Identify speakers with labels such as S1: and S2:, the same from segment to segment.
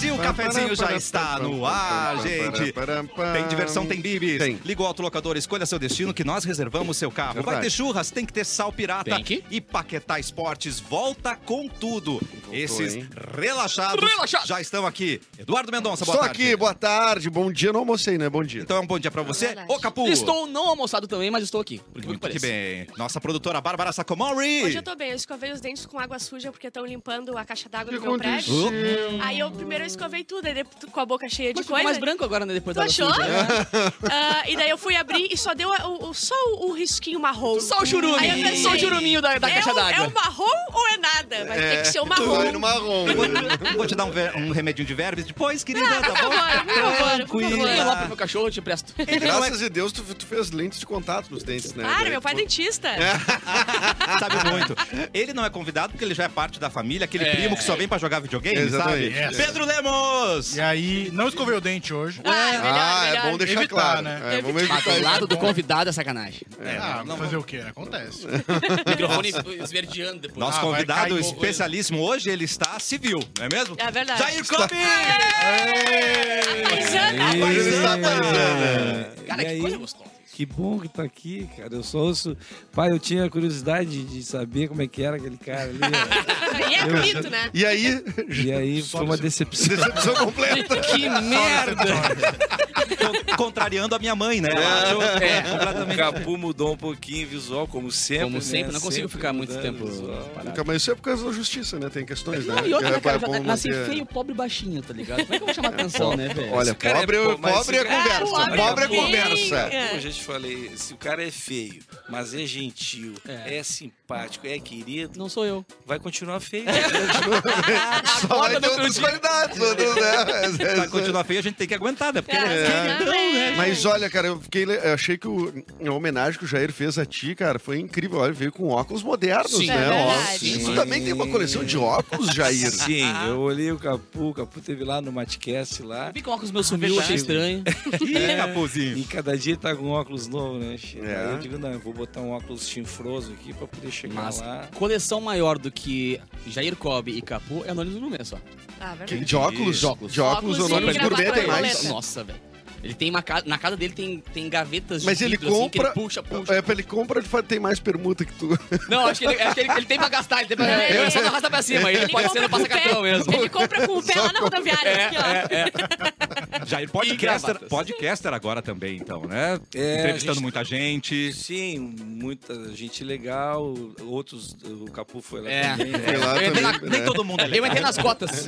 S1: Tipo, Pretinho já está no ar, gente. Tem diversão, tem bibis.
S2: Tem.
S1: Liga o autolocador, escolha seu destino que nós reservamos seu carro. Vai
S2: Verdade.
S1: ter churras, tem que ter sal pirata.
S3: Tem que.
S1: E Paquetá Esportes volta com tudo. Esses
S2: hein?
S1: relaxados
S3: Relaxados.
S1: já estão aqui. Eduardo Mendonça, boa
S2: Estou
S1: tarde.
S2: aqui, boa tarde, bom dia. Não almocei, né? Bom dia.
S1: Então é um bom dia pra você.
S4: Relaxa.
S1: Ô, Capu.
S3: Estou não almoçado também, mas estou aqui.
S1: Muito
S3: Por incrível
S1: que
S3: que pareça.
S1: bem. Nossa produtora Bárbara Sacomori.
S4: Hoje eu tô bem, eu escovei os dentes com água suja porque estão limpando a caixa d'água do
S2: O que
S4: meu prédio.
S2: aconteceu?
S4: Aí eu primeiro eu escovei tudo, aí depois- com a boca cheia
S3: Mas
S4: de
S3: ficou
S4: coisa.
S3: mais branco agora, né? Depois
S4: Tu
S3: da água
S4: achou?
S3: suja, né?
S4: Ah, e daí eu fui abrir e só deu a- o, o- só o risquinho marrom.
S3: Só o churume.
S4: Aí eu pensei,
S3: Só o churuminho da, da
S4: é
S3: caixa
S4: o-
S3: d'água.
S4: É o marrom ou é nada? Vai ter que ser o
S2: Tu
S4: marrom.
S2: É, vai no marrom.
S1: Vou te dar um, ver- um remedinho de vermes depois, querida, tá
S4: por favor, Ah, por favor, por
S1: bom?
S4: favor.
S3: Vem lá pro
S1: Tranquila.
S3: meu cachorro, eu te presto.
S1: Então é
S2: Graças a Deus, tu, tu fez lentes de contato nos dentes, né?
S4: Claro,
S2: Daí,
S4: meu pai é
S2: tipo,
S4: dentista.
S1: Sabe muito. Ele não é convidado porque ele já é parte da família, aquele
S3: É.
S1: primo que só vem pra jogar videogame,
S2: Exatamente.
S1: sabe? é.
S5: Yes.
S1: Pedro Lemos!
S5: E aí, não escovei o dente hoje.
S4: Ah, melhor,
S2: Ah,
S4: melhor.
S2: é bom deixar
S5: Evitar,
S2: claro.
S5: né?
S2: É, vamos
S3: Ah,
S2: evitar
S3: do
S2: isso.
S3: lado do convidado é sacanagem.
S5: Ah,
S1: não,
S5: fazer o que? Acontece.
S3: Microfone esverdeando depois.
S1: Nosso
S5: Ah, vai
S1: convidado
S5: cair,
S1: especialíssimo hoje, ele está civil, não é mesmo?
S4: É verdade.
S1: Jair Cobb!
S4: Paisana.
S6: Ei,
S2: Mas ele está
S1: né?
S2: paisana.
S3: Cara,
S6: e
S3: que
S6: aí?
S3: coisa gostosa.
S6: Que bom que tá aqui, cara. Eu só ouço. Pai, eu tinha curiosidade de saber como é que era aquele cara ali. ó.
S4: E é bonito, né?
S2: E aí,
S6: E aí foi uma decepção.
S2: decepção completa.
S3: Que merda!
S1: Con- Contrariando a minha mãe, né?
S6: É.
S1: Ela achou-
S7: O Capu mudou um pouquinho o visual, como sempre.
S3: É, Como sempre,
S6: né?
S3: não consigo
S6: Sempre
S3: ficar muito
S6: mudando
S3: tempo
S6: os olhos.
S3: parado.
S2: Nunca, mas isso é por causa da justiça, né? Tem questões, né?
S3: Não, e outra,
S2: É,
S3: né, cara,
S2: é bom
S3: já nasci
S2: manter-
S3: feio, pobre e baixinho, tá ligado? Como é que eu vou chamar atenção, né, velho?
S2: Olha,
S7: Esse cara é
S2: pobre, é,
S7: bom, mas
S2: pobre é
S7: esse cara-
S2: conversa.
S4: Ah, pobre
S2: pobre é
S4: é bom.
S2: conversa.
S4: É.
S7: Como eu já te falei, se o cara é feio, mas é gentil, é, simpático, é querido,
S3: Não sou eu.
S7: vai continuar feio.
S2: Só
S3: Acorda
S2: vai ter
S3: no
S2: outras
S3: teu dia.
S2: qualidades, outras, né?
S1: Pra continuar feio, a gente tem que aguentar, né? Porque
S4: É,
S1: ele
S4: é.
S1: né?
S2: Mas olha, cara, eu fiquei, eu achei que o, a homenagem que o Jair fez a ti, cara, foi incrível. Olha, veio com óculos modernos,
S3: Sim,
S2: né?
S4: é
S2: Óculos.
S4: verdade.
S2: Tu também tem uma coleção de óculos, Jair.
S7: Sim,
S6: Eu olhei o Capu, o Capu teve lá no Matcast lá.
S3: Eu vi com óculos meus sumiu, achei estranho. É.
S1: Ih, Capuzinho.
S6: E cada dia tá com um óculos novo, né?
S2: É.
S6: Aí eu digo, não, eu vou botar um óculos chinfroso aqui pra poder chegar
S3: Mas
S6: lá.
S3: coleção maior do que Jair Cobb e Capu é anônimo gourmet só.
S4: Ah, verdade.
S2: De óculos?
S3: De óculos.
S2: é De óculos,
S4: Óculos e
S2: anônimos
S4: gravata
S2: gourmet tem mais.
S4: borboleta.
S3: Nossa, velho. Ele tem uma casa, na casa dele tem, tem gavetas de
S2: Mas ele
S3: vidro, assim, que
S2: compra-
S3: puxa, puxa.
S2: É, pra ele compra, ele fala, tem mais permuta que tu.
S3: Não, acho que, ele, acho que ele, ele tem pra gastar, ele tem pra
S4: É,
S3: ele
S4: é.
S3: só não arrasta pra cima, ele,
S4: Ele
S3: pode ser
S4: compra
S3: no
S4: com o pé.
S3: passa-cartão mesmo.
S4: Ele compra com o pé lá na rodoviária.
S2: É,
S4: aqui, ó.
S1: Jair,
S3: E
S1: podcaster,
S3: gravatas.
S1: podcaster agora também, então, né?
S7: É,
S1: Entrevistando
S7: a gente-
S1: muita gente.
S7: Sim, muita gente legal, outros, o Capu foi lá
S3: É.
S7: também.
S2: Sei lá,
S3: Eu entrei na-
S2: também,
S1: Nem
S2: né? É
S1: todo mundo é
S3: Eu
S1: legal.
S3: entrei nas cotas.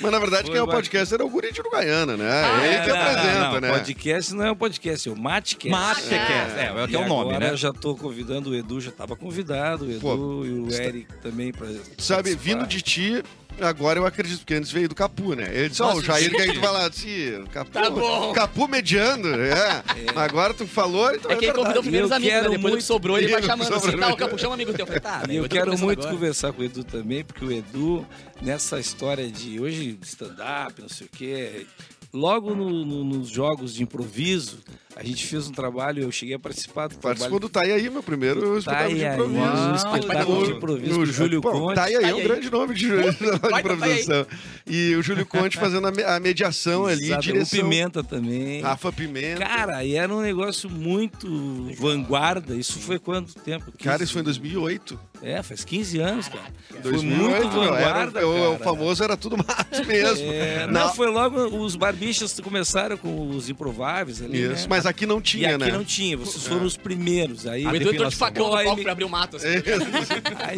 S2: Mas na verdade, quem é o podcaster é o Guri de Uruguaiana, né? É ele que
S7: não, não,
S2: apresenta,
S6: Ah, não,
S2: né?
S6: podcast não é um podcast, é o Matcast.
S4: Ah.
S1: Matcast. É, é até o nome,
S6: agora
S1: né?
S6: eu já tô convidando o Edu, já tava convidado, o Edu
S2: Pô,
S6: e o Eric também pra.
S2: Sabe,
S6: participar.
S2: vindo de ti, agora eu acredito, porque antes veio do Capu, né? Ele disse, ó,
S3: Nossa,
S2: o Jair
S3: gente.
S2: que aí tu vai lá, assim, Capu,
S3: Tá bom.
S2: Capu mediando, é. Agora tu falou, então
S3: É
S2: é,
S3: quem convidou
S2: verdade.
S3: primeiro os
S6: Eu
S3: amigos, né?
S6: quero
S3: Depois o que
S6: muito-
S3: sobrou, ele vai
S2: eu
S3: chamando
S2: sobrou.
S3: assim, tá, o Capu, chama um amigo teu. Eu falei, Tá,
S6: E
S3: né,
S6: eu
S3: tô
S6: quero
S3: começando
S6: muito
S3: agora.
S6: conversar com o Edu também, porque o Edu, nessa história de hoje, stand-up, não sei o quê, logo no- no- nos jogos de improviso, a gente fez um trabalho, eu cheguei a participar do
S2: Participou
S6: trabalho
S2: do Tá E Aí, meu primeiro
S6: Tá
S2: espetáculo
S6: e
S2: de
S6: aí,
S2: improviso. Tá
S6: um espetáculo de improviso com o Júlio
S2: Bom,
S6: Conte.
S2: Tá e aí, é
S3: Tá
S2: um
S3: e aí.
S2: grande nome de, de improvisação. E o Júlio Conte fazendo a, me- a mediação ali,
S6: Exato,
S2: direção.
S6: O Pimenta também.
S2: Rafa Pimenta.
S6: Cara, e era um negócio muito vanguarda. Isso foi quanto tempo? 15?
S2: Cara, isso foi em 2008.
S6: É, faz 15 anos, cara. Foi
S2: 2008,
S6: muito
S2: meu, era,
S6: vanguarda,
S2: eu- o
S6: cara.
S2: famoso era tudo mato mesmo.
S6: É,
S2: Na-
S6: não, foi logo os barbichas começaram com os improváveis ali,
S2: Isso,
S6: né?
S2: mas aqui não
S6: e
S2: tinha,
S6: aqui
S2: né?
S6: não tinha, vocês foram os primeiros. Aí,
S3: O Edu entrou de facão no
S6: Aí
S3: palco
S6: me-
S3: pra abrir o mato, assim.
S6: aí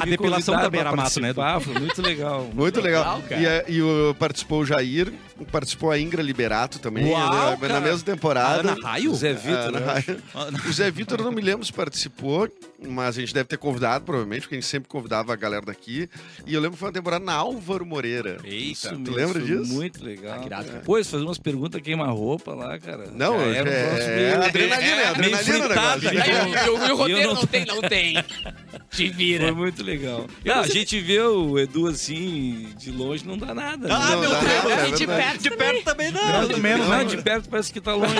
S1: A
S6: me
S1: depilação
S6: convidaram
S1: também
S6: pra
S1: era mato, né, Edu?
S6: participar, Foi muito legal.
S2: Muito legal.
S3: Legal, cara.
S2: e, é, e o, participou o Jair, participou a Ingra Liberato também,
S1: Uau,
S2: né,
S1: cara.
S2: na mesma
S1: Ana
S2: temporada.
S1: Raio?
S6: Zé Vitor,
S2: Ana
S6: né?
S2: Raio. O Zé Vitor, eu não me lembro se participou, mas a gente deve ter convidado, provavelmente, porque a gente sempre convidava a galera daqui. E eu lembro que foi uma temporada na Álvaro Moreira.
S1: Eita.
S6: Isso
S2: Tu
S6: mesmo,
S2: lembra
S6: foi
S2: disso?
S6: Muito legal.
S3: Ah, que irado, cara.
S6: Tá Pô, eles faziam umas perguntas queima-roupa lá, cara.
S2: Não,
S6: Cara,
S2: é,
S6: era um troço
S2: é,
S6: meio-
S2: adrenalina, é,
S6: meio
S2: adrenalina o
S6: fritada,
S2: negócio.
S6: né?
S3: Aí, o- o- o
S6: Eu
S3: roteiro
S6: não-
S3: não tem, não tem. Te
S6: Foi
S3: vira.
S6: muito legal. Não, a gente vê o Edu assim, de longe não dá nada.
S1: Ah,
S6: né?
S1: meu
S2: dá
S1: Deus!
S2: nada,
S4: E de
S2: verdade.
S4: perto
S1: De perto também não.
S5: Pelo menos,
S6: Não,
S5: né?
S6: de perto parece que tá longe.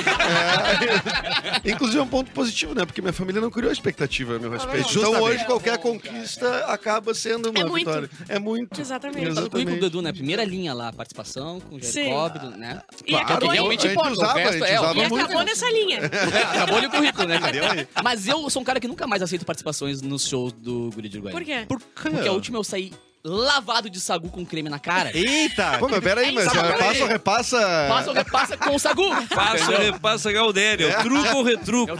S2: Inclusive é um ponto positivo, né? Porque minha família não criou expectativa a meu respeito. então
S1: Justamente.
S2: hoje qualquer conquista acaba sendo uma
S4: É muito.
S2: vitória. É muito.
S4: Exatamente.
S3: Tá no currículo
S2: Exatamente.
S3: do Edu, né? Primeira linha lá, participação com o
S4: Sim.
S3: Jacob, do- né?
S4: E acabou,
S3: Ele
S4: aí.
S3: realmente
S2: A gente
S3: importa.
S2: usava,
S3: o resto
S2: a gente
S3: é,
S2: usava
S4: e
S2: muito.
S4: acabou nessa linha.
S3: É, acabou-lhe o currículo, né? cara? Mas eu sou um cara que nunca mais aceito participações nos shows do Guri de Uruguai.
S4: Por quê?
S3: Porque a última eu saí lavado de sagu com creme na cara.
S1: Eita!
S2: Pô, mas peraí, mas
S4: Sabe,
S2: é,
S4: peraí.
S2: passa ou repassa.
S3: Passa ou repassa com o sagu.
S6: Passa,
S3: Entendeu?
S6: repassa, Gaudério. É o truco ou retruco?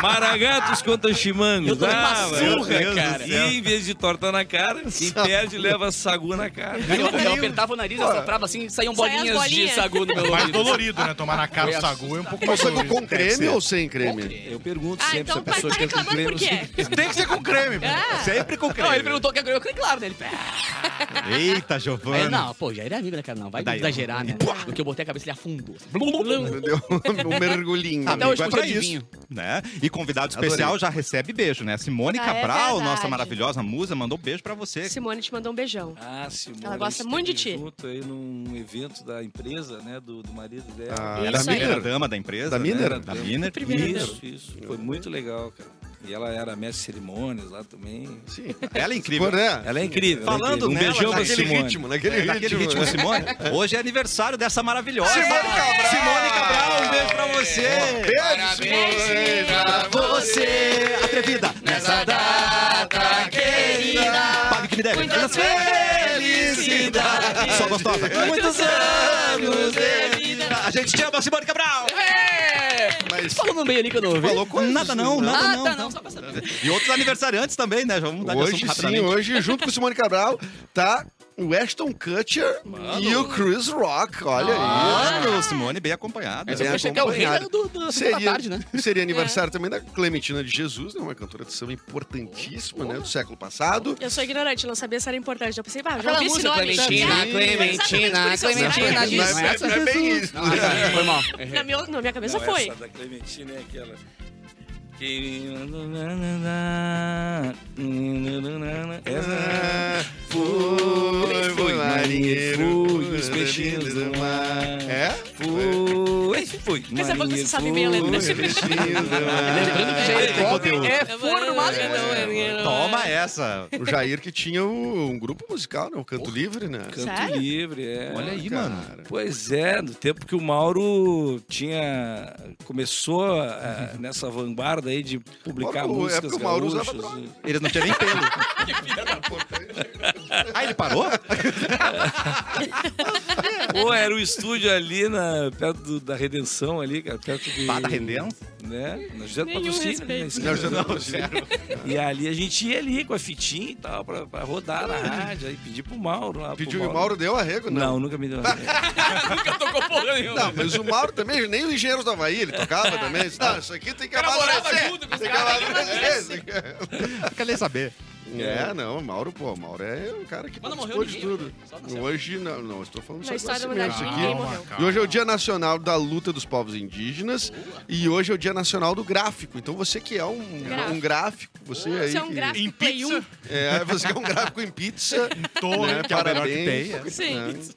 S6: Maragatos contra
S3: Eu
S6: chimangos. Ah,
S3: dou uma
S6: velho.
S3: surra,
S1: Meu Deus
S3: cara.
S1: do céu.
S6: E em vez de torta na cara, quem perde leva sagu na cara.
S3: Eu, eu apertava o nariz, assoprava assim, saíam
S4: Sai as
S3: bolinhas,
S4: bolinhas.
S3: de sagu no meu
S5: Mais
S3: ouvido.
S5: dolorido, né? Tomar na cara o sagu é um pouco mais
S2: Mas sagu
S5: dolorido.
S2: com creme ou sem creme?
S6: Eu pergunto
S4: Ah,
S6: sempre
S4: então
S6: se a
S4: tá,
S6: pessoa
S4: tá
S6: quer com
S4: reclamando por
S6: creme.
S4: quê?
S5: Tem que ser com creme. velho.
S4: Ah,
S1: Sempre com creme.
S3: Não, ele perguntou o que eu falei, claro, né? Ele, "Ah."
S1: Eita,
S3: Aí eu,
S1: Giovanni.
S3: não, pô, já era amigo, né, cara? Não, vai
S1: Daí-
S3: exagerar, né? Do que eu botei a cabeça, ele afundou.
S2: Entendeu? Um mergulhinho.
S3: Até hoje
S1: é
S3: com
S1: pra
S3: de
S1: isso.
S3: vinho.
S1: Né? E convidado
S2: Adorei.
S1: especial já recebe beijo, né? Simone
S4: Ah, é
S1: Cabral,
S4: verdade.
S1: nossa maravilhosa musa, mandou beijo pra você.
S4: Simone te mandou um beijão.
S6: Ah, Simone,
S4: Ela gosta
S6: a gente
S4: muito de
S6: esteve
S4: ti.
S6: junto aí num evento da empresa, né, do, do marido dela.
S2: Ah,
S4: é Isso
S1: Era é a
S4: aí.
S1: primeira dama da empresa.
S2: Da
S1: né?
S2: Miner?
S1: Da Miner.
S4: Primeira
S6: isso, isso. Foi muito legal, cara. E ela era mestre de cerimônias lá também.
S2: Sim.
S1: Ela é incrível.
S2: Por, né?
S6: Ela é incrível. ela é
S1: Falando
S6: incrível. um
S1: nela,
S6: beijão pra
S2: Naquele
S6: Simone.
S2: ritmo, naquele
S1: É,
S2: ritmo. né?
S1: Daquele ritmo, Simone. Hoje é aniversário dessa maravilhosa. Simone
S2: Cabral!
S1: Simone Cabral, um beijo pra
S2: É,
S1: você.
S2: Beijo, Simone, pra
S1: Você, atrevida, nessa data querida. Pague que me deve. Muitas felicidades. Só gostosa. Muitos anos de vida. A gente te ama, Simone Cabral.
S2: Mas
S3: Falou no meio ali que eu não ouvi.
S2: falou coisas,
S1: Nada não,
S2: né?
S1: nada
S3: Ah,
S1: não.
S3: tá, não, só pra saber.
S1: E outros aniversariantes também, né? Já vamos mudar de assunto
S2: Hoje sim,
S1: rapidamente.
S2: hoje, junto com o Simone Cabral, tá o Ashton Kutcher e o Chris Rock. Olha
S1: Mano, Simone bem acompanhada.
S2: Essa
S3: Eu achei que é o rei da- do, do,
S2: aí.
S3: da tarde, né?
S2: seria aniversário também da Clementina de Jesus, né? Uma cantora de samba importantíssima, né? Do século passado.
S4: Eu sou ignorante, não sabia se era importante. Já pensei, bah, já
S3: Aquela
S4: ouvi esse
S3: música,
S4: nome.
S3: Clementina,
S4: Ah, foi
S3: Clementina,
S4: exatamente por isso, será?
S3: Clementina,
S2: Não é-
S3: Jesus.
S2: não é bem isso.
S3: Ah, tá, Foi mal.
S4: Na minha, na minha cabeça
S6: Não,
S4: foi.
S6: Essa da Clementina é aquela. Essa
S2: Ah, Foi, foi, marinheiro.
S6: Fui, os peixinhos do mar.
S2: É?
S6: Foi, fui.
S4: Coisa boa é que você sabe bem a
S6: Né?
S4: né? lembrança.
S2: Peixinhos do
S3: Lembrando que
S2: mar.
S3: já
S1: tem conteúdo.
S3: é formado.
S1: Toma essa.
S2: O Jair que tinha o- um grupo musical, né? O Canto Livre, né?
S6: Canto
S4: Sério?
S6: livre, é.
S1: Olha aí,
S2: Cara.
S1: mano.
S6: Pois é, no tempo que o Mauro tinha começou ah, nessa vanguarda aí de publicar
S2: Mauro, é
S6: músicas
S2: porque o Mauro usava
S6: gaúchas,
S2: droga.
S6: né?
S1: Eles não tinham nem pelo. ah, ele parou?
S6: Pô, era o estúdio ali na, perto do- da Redenção ali, cara, perto de...
S1: Pá da Redenção?
S6: Né? Na José do
S4: Nenhum
S6: Patrocínio. né, na
S4: respeito.
S6: esquina. E ali a gente ia ali com a fitinha e tal, pra, pra rodar na rádio, aí pedir pro Mauro lá. pro
S2: Hum. Pediu e o Mauro deu arrego,
S6: Não,
S2: não.
S6: nunca me deu nada.
S3: Nunca tocou porra nenhuma.
S2: Não, mas o Mauro também, nem os engenheiros da Havaí, ele tocava também. Disse, Não, isso aqui tem que
S3: cara morava
S2: amadurecer.
S3: junto com os
S2: Tem que
S3: caras,
S2: amadurecer.
S1: Quer nem saber.
S2: É, não, o Mauro, pô, o Mauro é um cara que
S3: Mas não
S2: participou
S3: morreu
S2: de
S3: ninguém, né?
S2: tudo. Hoje, não, não, estou falando
S4: Na
S2: só de
S4: história da
S2: nascimento isso
S4: humanidade, ninguém
S2: aqui.
S4: morreu.
S2: E hoje é o Dia Nacional da Luta dos Povos Indígenas e hoje é o Dia Nacional do Gráfico. Então você que é um
S4: Gráfico.
S2: gráfico, um gráfico você aí
S4: Você é um
S2: que-
S4: gráfico
S5: Em
S4: Play
S5: pizza?
S4: 1.
S2: É, você que é um gráfico em pizza.
S5: Torre,
S2: né?
S5: que é o melhor que
S2: Parabéns. né?
S5: tem. é.
S4: Sim.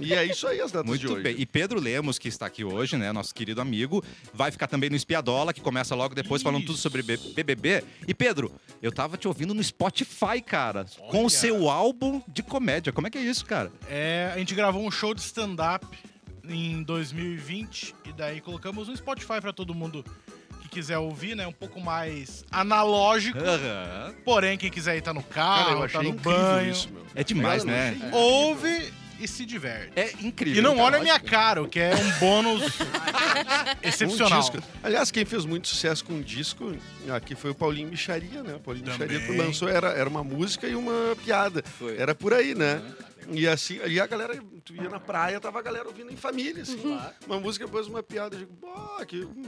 S2: E é isso aí as
S5: Tá
S2: datas de
S1: Muito
S2: hoje.
S1: bem. E Pedro Lemos, que está aqui hoje, né? Nosso querido amigo, vai ficar também no Espiadola, que começa logo depois falando tudo sobre B- BBB. E Pedro, eu tava te ouvindo no Spotify, cara, com o
S5: Olha.
S1: seu álbum de comédia. Como é que é isso, cara?
S5: É, a gente gravou um show de stand-up em 2020 e daí colocamos um Spotify pra todo mundo que quiser ouvir, né? Um pouco mais analógico. Porém, quem quiser ir tá no
S2: Ah. Cara,
S5: carro,
S2: eu
S5: tá
S2: achei
S5: no
S2: incrível
S5: banho.
S2: isso, meu.
S1: É demais,
S2: Cara, eu
S1: né?
S2: achei-
S5: Ouve e se diverte.
S1: É incrível.
S5: E não
S2: né,
S1: cara.
S5: olha a minha cara, o que é um bônus excepcional.
S2: Um disco. Aliás, quem fez muito sucesso com um disco aqui foi o Paulinho Micharia, né? O Paulinho
S5: Também.
S2: Micharia que lançou, era, era uma música e uma piada.
S6: Foi.
S2: Era por aí, né? E assim, e a galera, tu ia na praia, tava a galera ouvindo em família, assim.
S6: Uhum.
S2: Uma música, depois uma piada, eu digo, pô, que. hum,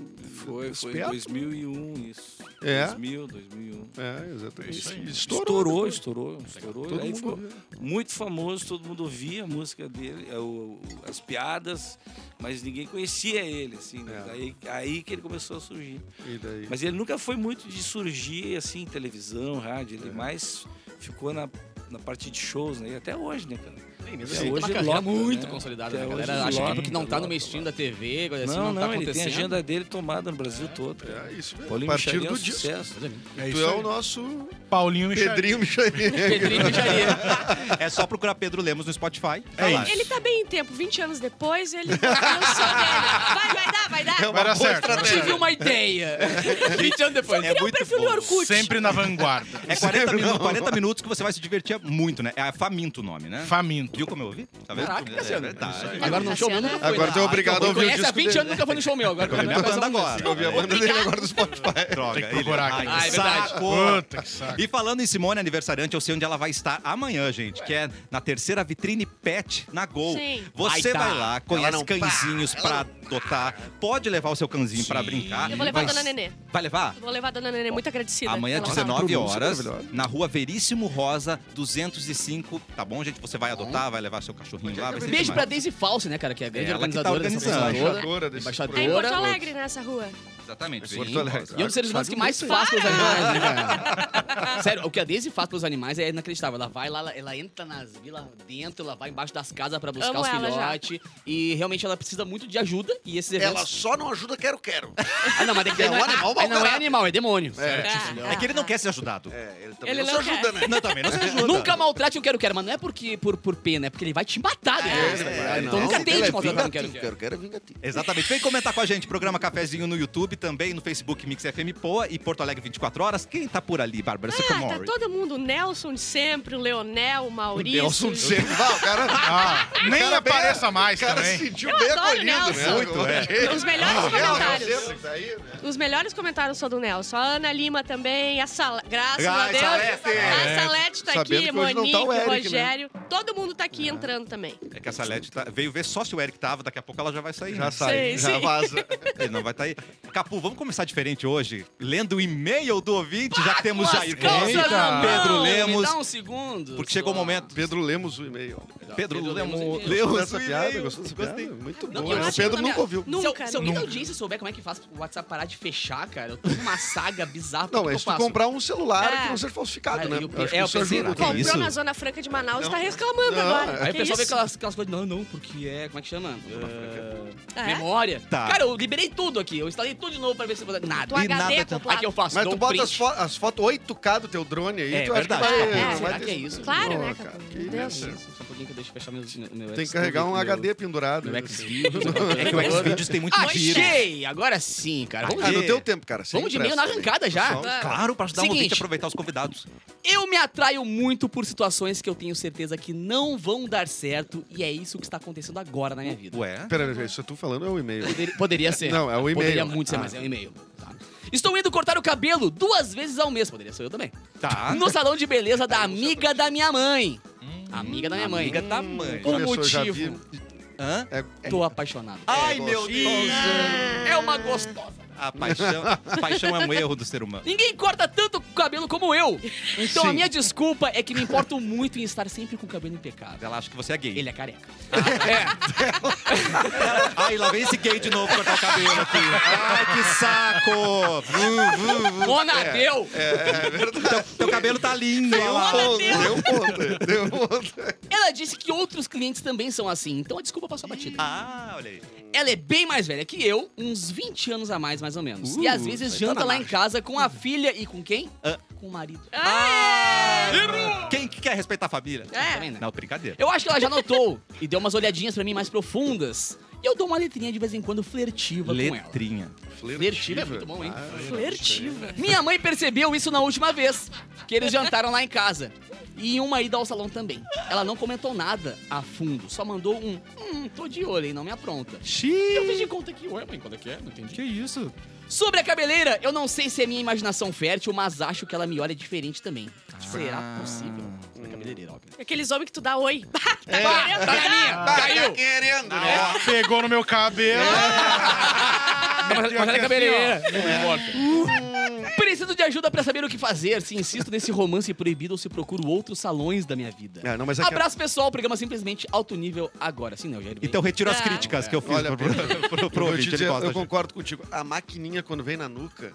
S6: Foi, foi em
S2: esperto."
S6: 2001 isso.
S2: É?
S6: 2000, 2001.
S2: É, exatamente.
S5: Isso aí.
S6: Estourou, um. estourou, estourou.
S2: né? Todo
S6: Aí
S2: mundo
S6: ficou
S2: ouvia.
S6: muito famoso, todo mundo ouvia a música dele, é, o- o- as piadas, mas ninguém conhecia ele, assim. né?
S2: É.
S6: Daí, aí que ele começou a surgir.
S2: E daí?
S6: Mas ele nunca foi muito de surgir, assim, em televisão, rádio. Ele mais ficou na, na parte de shows, né? E até hoje, né, cara?
S2: Sim.
S3: Hoje
S6: é
S3: uma carreira muito consolidada, né? A galera acha que
S6: lota,
S3: porque não tá no
S6: lota,
S3: mainstream da TV, coisa assim,
S6: Não,
S3: não,
S6: não,
S3: tá
S6: ele tem a
S3: acontecendo.
S6: agenda dele tomada no Brasil todo. cara.
S2: É isso mesmo. A
S6: Paulinho
S2: partir
S6: Micharia é um
S2: do disco.
S6: sucesso.
S5: É
S2: Tu
S5: isso
S2: é
S5: aí.
S2: o nosso
S5: Paulinho Michel.
S2: Pedrinho Micharia.
S3: Pedrinho Mijaria.
S1: É só procurar Pedro Lemos no Spotify.
S5: É isso.
S4: Ele tá bem em tempo, 20 anos depois, ele lançou dele. Vai, vai dar, vai dar.
S2: É
S5: Vai
S2: uma
S5: dar
S2: boa
S5: certo.
S3: Eu tive uma ideia. 20 anos depois.
S1: É muito
S4: Perfil do
S1: bom.
S4: Orkut.
S5: Sempre na vanguarda.
S1: É 40 minutos, 40 minutos que você vai se divertir muito, né? É faminto o nome, né?
S5: Faminto.
S1: Viu como eu ouvi? Tá vendo?
S3: Caraca,
S1: é
S3: Cassiano.
S1: verdade.
S3: Agora no show meu nunca foi. né?
S2: Agora tu é obrigado a ouvir o
S3: Conhece há
S2: disco
S3: 20
S2: dele.
S3: anos nunca foi no show meu. Agora
S1: Eu ouvi a banda agora.
S2: Eu ouvi a banda dele agora do Spotify.
S1: Droga.
S5: Tem que procurar
S1: ele-
S5: aqui.
S1: Ai,
S3: Ah, é verdade.
S1: saco.
S5: Puta que saco.
S1: E falando em Simone aniversariante, eu sei onde ela vai estar amanhã, gente, que é na terceira vitrine pet na Gol.
S4: Sim.
S1: Você
S3: Ai, tá.
S1: vai lá,
S3: Ela
S1: conhece
S3: não
S1: cãezinhos pra adotar, pode levar o seu cãozinho pra brincar.
S4: Eu vou levar a
S1: Vai-
S4: dona Nenê.
S1: Vai levar?
S4: Vou levar a dona Nenê, muito agradecida.
S1: Amanhã,
S4: pela
S1: 19
S2: pronúncia
S1: horas,
S2: maravilhosa.
S1: na rua Veríssimo Rosa, 205. Tá bom, gente? Você vai adotar, vai levar seu cachorrinho lá. Vai ser
S3: Beijo pra
S1: demais.
S3: Daisy False, né, cara? Que é a grande
S1: Ela que tá
S3: organizadora dessa
S1: organizando.
S3: organizadora.
S2: Embaixadora desse
S4: fala. É em
S3: Embaixadora.
S4: Porto Alegre, nessa rua.
S1: Exatamente.
S2: Porto
S1: Veríssimo
S2: Alegre.
S1: Rosa.
S3: E é um dos seres humanos que mais faz pelos animais, né, cara? Sério, o que a Daisy faz pelos animais é inacreditável. Ela vai lá, ela- ela entra nas vilas dentro, ela vai embaixo das casas pra buscar
S4: Amo
S3: os
S4: ela já.
S3: filhotes. E realmente ela precisa muito de ajuda. E esses
S7: Ela
S3: eventos.
S7: só não ajuda quero, quero.
S3: Ah, não, mas daí
S7: É
S3: não
S7: um animal
S3: aí não é
S7: malvado.
S3: animal, é demônio.
S1: É que ele não quer ser ajudado.
S7: É, ele também
S4: Ele
S7: não,
S4: não
S7: se
S4: quer.
S7: ajuda, né?
S1: Não, também não se ajuda.
S3: Nunca maltrate um quero-quero, mas não é porque, por, por pena, é porque ele vai te matar. depois, né, cara? então nunca tente maltratar um quero-quero.
S7: Quero, quero é vingativo.
S1: Exatamente. Vem comentar com a gente. Programa Cafezinho no YouTube, também no Facebook Mix FM Poa e Porto Alegre 24 Horas. Quem tá por ali, Bárbara
S4: Ah, tá
S1: Sicamore?
S4: todo mundo. O Nelson de sempre, o Leonel, o Maurício.
S2: Nelson de Sena. Ah, o cara.
S5: Ah, nem
S2: cara bem-
S5: apareça mais
S2: O cara
S5: também.
S2: se sentiu bem
S4: adoro
S2: acolhido, né?
S4: Nelson. Muito, Os melhores comentários.
S2: Ah, Nelson, tá aí, né?
S4: Os melhores comentários são do Nelson. A Ana Lima também, a Sal... Graças
S1: Ah,
S4: a Deus.
S1: Salete!
S4: A Salete tá
S2: Sabendo
S4: aqui,
S2: que hoje não
S4: Monique,
S2: tá o
S4: o
S2: Eric, né?
S4: Rogério. Todo mundo tá aqui entrando também.
S1: É que a Salete tá- veio ver só se o Eric tava. Daqui a pouco ela já vai sair.
S2: Já
S1: né?
S2: sai,
S4: Sim,
S2: já
S4: sim.
S2: vaza.
S1: Ele não vai estar aí. Capu, vamos começar diferente hoje, lendo o e-mail do ouvinte, já que temos Jair
S3: Calça
S1: Costa,
S3: na
S1: Pedro
S3: mão, Me
S1: Lemos.
S3: dá um segundo.
S1: Porque chegou o
S3: só.
S1: momento.
S2: Pedro Lemos o e-mail.
S1: Pedro,
S3: Pedro
S1: Lemos.
S3: Lemos,
S1: leu
S2: Gostou
S1: o
S2: dessa
S1: e-mail.
S2: piada? Gostou dessa
S1: Gostei.
S2: piada? Muito
S3: Não,
S2: boa.
S3: eu
S2: Essa O
S4: acho que
S2: Pedro
S4: não dá
S2: nunca ouviu.
S4: Nunca,
S3: se eu, se alguém da
S4: nunca.
S3: audiência souber como é que faz o WhatsApp parar de fechar, cara, eu tô numa saga bizarra.
S2: Não,
S3: porque
S2: é
S3: eu
S2: se tu
S3: faço.
S2: comprar um celular
S4: É.
S2: que não seja falsificado,
S3: Ah,
S2: né?
S3: e o
S2: Eu acho
S3: é,
S2: que
S3: eu
S2: isso
S3: pensei,
S2: ajuda
S3: Que
S4: Comprou
S2: também.
S1: isso?
S4: na Zona Franca de Manaus e tá reclamando
S2: Não,
S4: agora.
S3: Aí o
S4: Que
S3: pessoal vê
S4: isso?
S3: aquelas, aquelas coisas, não, não, porque é, como é que chama? Eh,
S4: Ah, é?
S3: Memória.
S1: Tá.
S3: Cara, eu liberei tudo aqui, eu instalei tudo de novo pra ver se... "Ah, Nada.
S4: Tu
S1: E nada
S4: HD é
S1: tá-
S4: acoplado.
S3: Aqui eu faço,
S2: Mas
S3: dou
S2: tu
S3: um
S2: bota
S3: print.
S2: as, fo as fotos 8K do teu drone aí,
S1: É
S2: tu acha que
S1: verdade.
S2: vai...
S3: É,
S2: não vai
S3: será
S2: ter-
S3: que é isso?
S4: Claro,
S2: Pô,
S4: né,
S2: cara,
S4: cara?
S2: que
S4: Meu Deus.
S2: isso?
S3: Só um pouquinho que eu deixo fechar meu, meu
S2: Tem que carregar um HD pendurado. assim.
S3: Meu
S2: isso.
S3: Xvideos.
S1: É que o Xvideos tem muito vírus.
S3: Achei! Agora sim, cara. Vamos,
S2: Ah,
S1: Aí.
S2: no teu tempo, cara. sem
S3: vamos de meio na
S2: pressa.
S3: arrancada já.
S2: Pessoal,
S4: Tá.
S1: Claro, pra ajudar o ouvinte
S3: Seguinte.
S1: a aproveitar os convidados.
S3: Eu me atraio muito por situações que eu tenho certeza que não vão dar certo e é isso que está acontecendo agora na minha vida.
S1: Ué?
S2: Pera, isso tu falando é o e-mail.
S3: Poderia, poderia ser.
S2: Não, é o e-mail.
S3: Poderia muito ser,
S2: Ah.
S3: mas é um e-mail. tá? Estou indo cortar o cabelo duas vezes ao mês. Poderia ser eu também.
S2: Ah.
S1: Tá.
S3: No salão de beleza da amiga da minha mãe.
S2: Hum.
S3: Amiga da minha mãe.
S1: Amiga da mãe.
S3: Um
S2: Olha só, eu já
S3: motivo.
S2: vi-
S1: Hã?
S2: É,
S3: Tô apaixonado.
S1: Ai, meu Deus.
S3: É uma gostosa.
S1: A paixão, paixão é um erro do ser humano.
S3: Ninguém corta tanto o cabelo como eu. Então a
S2: Sim.
S3: minha desculpa é que me importo muito em estar sempre com o cabelo impecável.
S1: Ela acha que você é gay.
S3: Ele é careca.
S2: Ah.
S1: Ai, lá vem esse gay de novo cortar o cabelo aqui. Ai, que saco.
S3: É.
S1: Vu, vu, vu.
S2: É.
S3: Monadeu!
S1: Teu cabelo tá lindo, olha lá.
S2: Pô, Deu conta, deu conta.
S3: Ela disse que outros clientes também são assim, então a desculpa passou batida.
S1: Ah, olha aí.
S3: Ela é bem mais velha que eu, uns 20 anos a mais, mais ou menos. e às vezes janta lá em casa com a filha e com quem?
S1: Ah.
S3: Com o marido.
S1: Quem que quer respeitar a família?
S3: Também, né?
S1: Não, brincadeira.
S3: Eu acho que ela já notou e deu umas olhadinhas pra mim mais profundas. E eu dou uma letrinha de vez em quando flertiva com ela.
S1: Letrinha.
S3: Flertiva é muito bom, hein?
S4: Flertiva.
S3: Minha mãe percebeu isso na última vez, que eles jantaram lá em casa. E em uma ida ao salão também. Ela não comentou nada a fundo, só mandou um, hum, tô de olho, hein, não me apronta. Eu fiz de conta que, ué, mãe, quando é que é? Não entendi. Que isso? Sobre a cabeleira, eu Ah. não sei se é minha imaginação fértil, mas acho que ela me olha diferente também. Será possível? Será que é cabeleireiro, óbvio.
S4: Aqueles homens que tu dá oi. tá
S2: É.
S3: Tá
S4: querendo
S3: na
S4: pegar?
S3: minha, caiu.
S2: querendo, né?
S5: Pegou no meu cabelo.
S2: É.
S3: Mas-
S5: Meteu
S3: mas ela
S5: aqui
S3: é
S5: assim,
S3: cabeleireira.
S5: ó. Não importa.
S3: Preciso de ajuda pra saber o que fazer, se insisto nesse romance proibido ou se procuro outros salões da minha vida.
S2: É, não, mas é que-
S3: Abraço, pessoal. O programa simplesmente alto nível agora. Sim, não, Jair. Bem.
S1: Então retiro as
S4: Ah,
S1: críticas que eu fiz pro,
S2: Olha,
S1: pro, pro, pro
S2: Eu, vou te
S1: ouvinte, ele
S2: dizer,
S1: gosta,
S2: eu
S1: gente.
S2: concordo contigo. A maquininha, quando vem na nuca,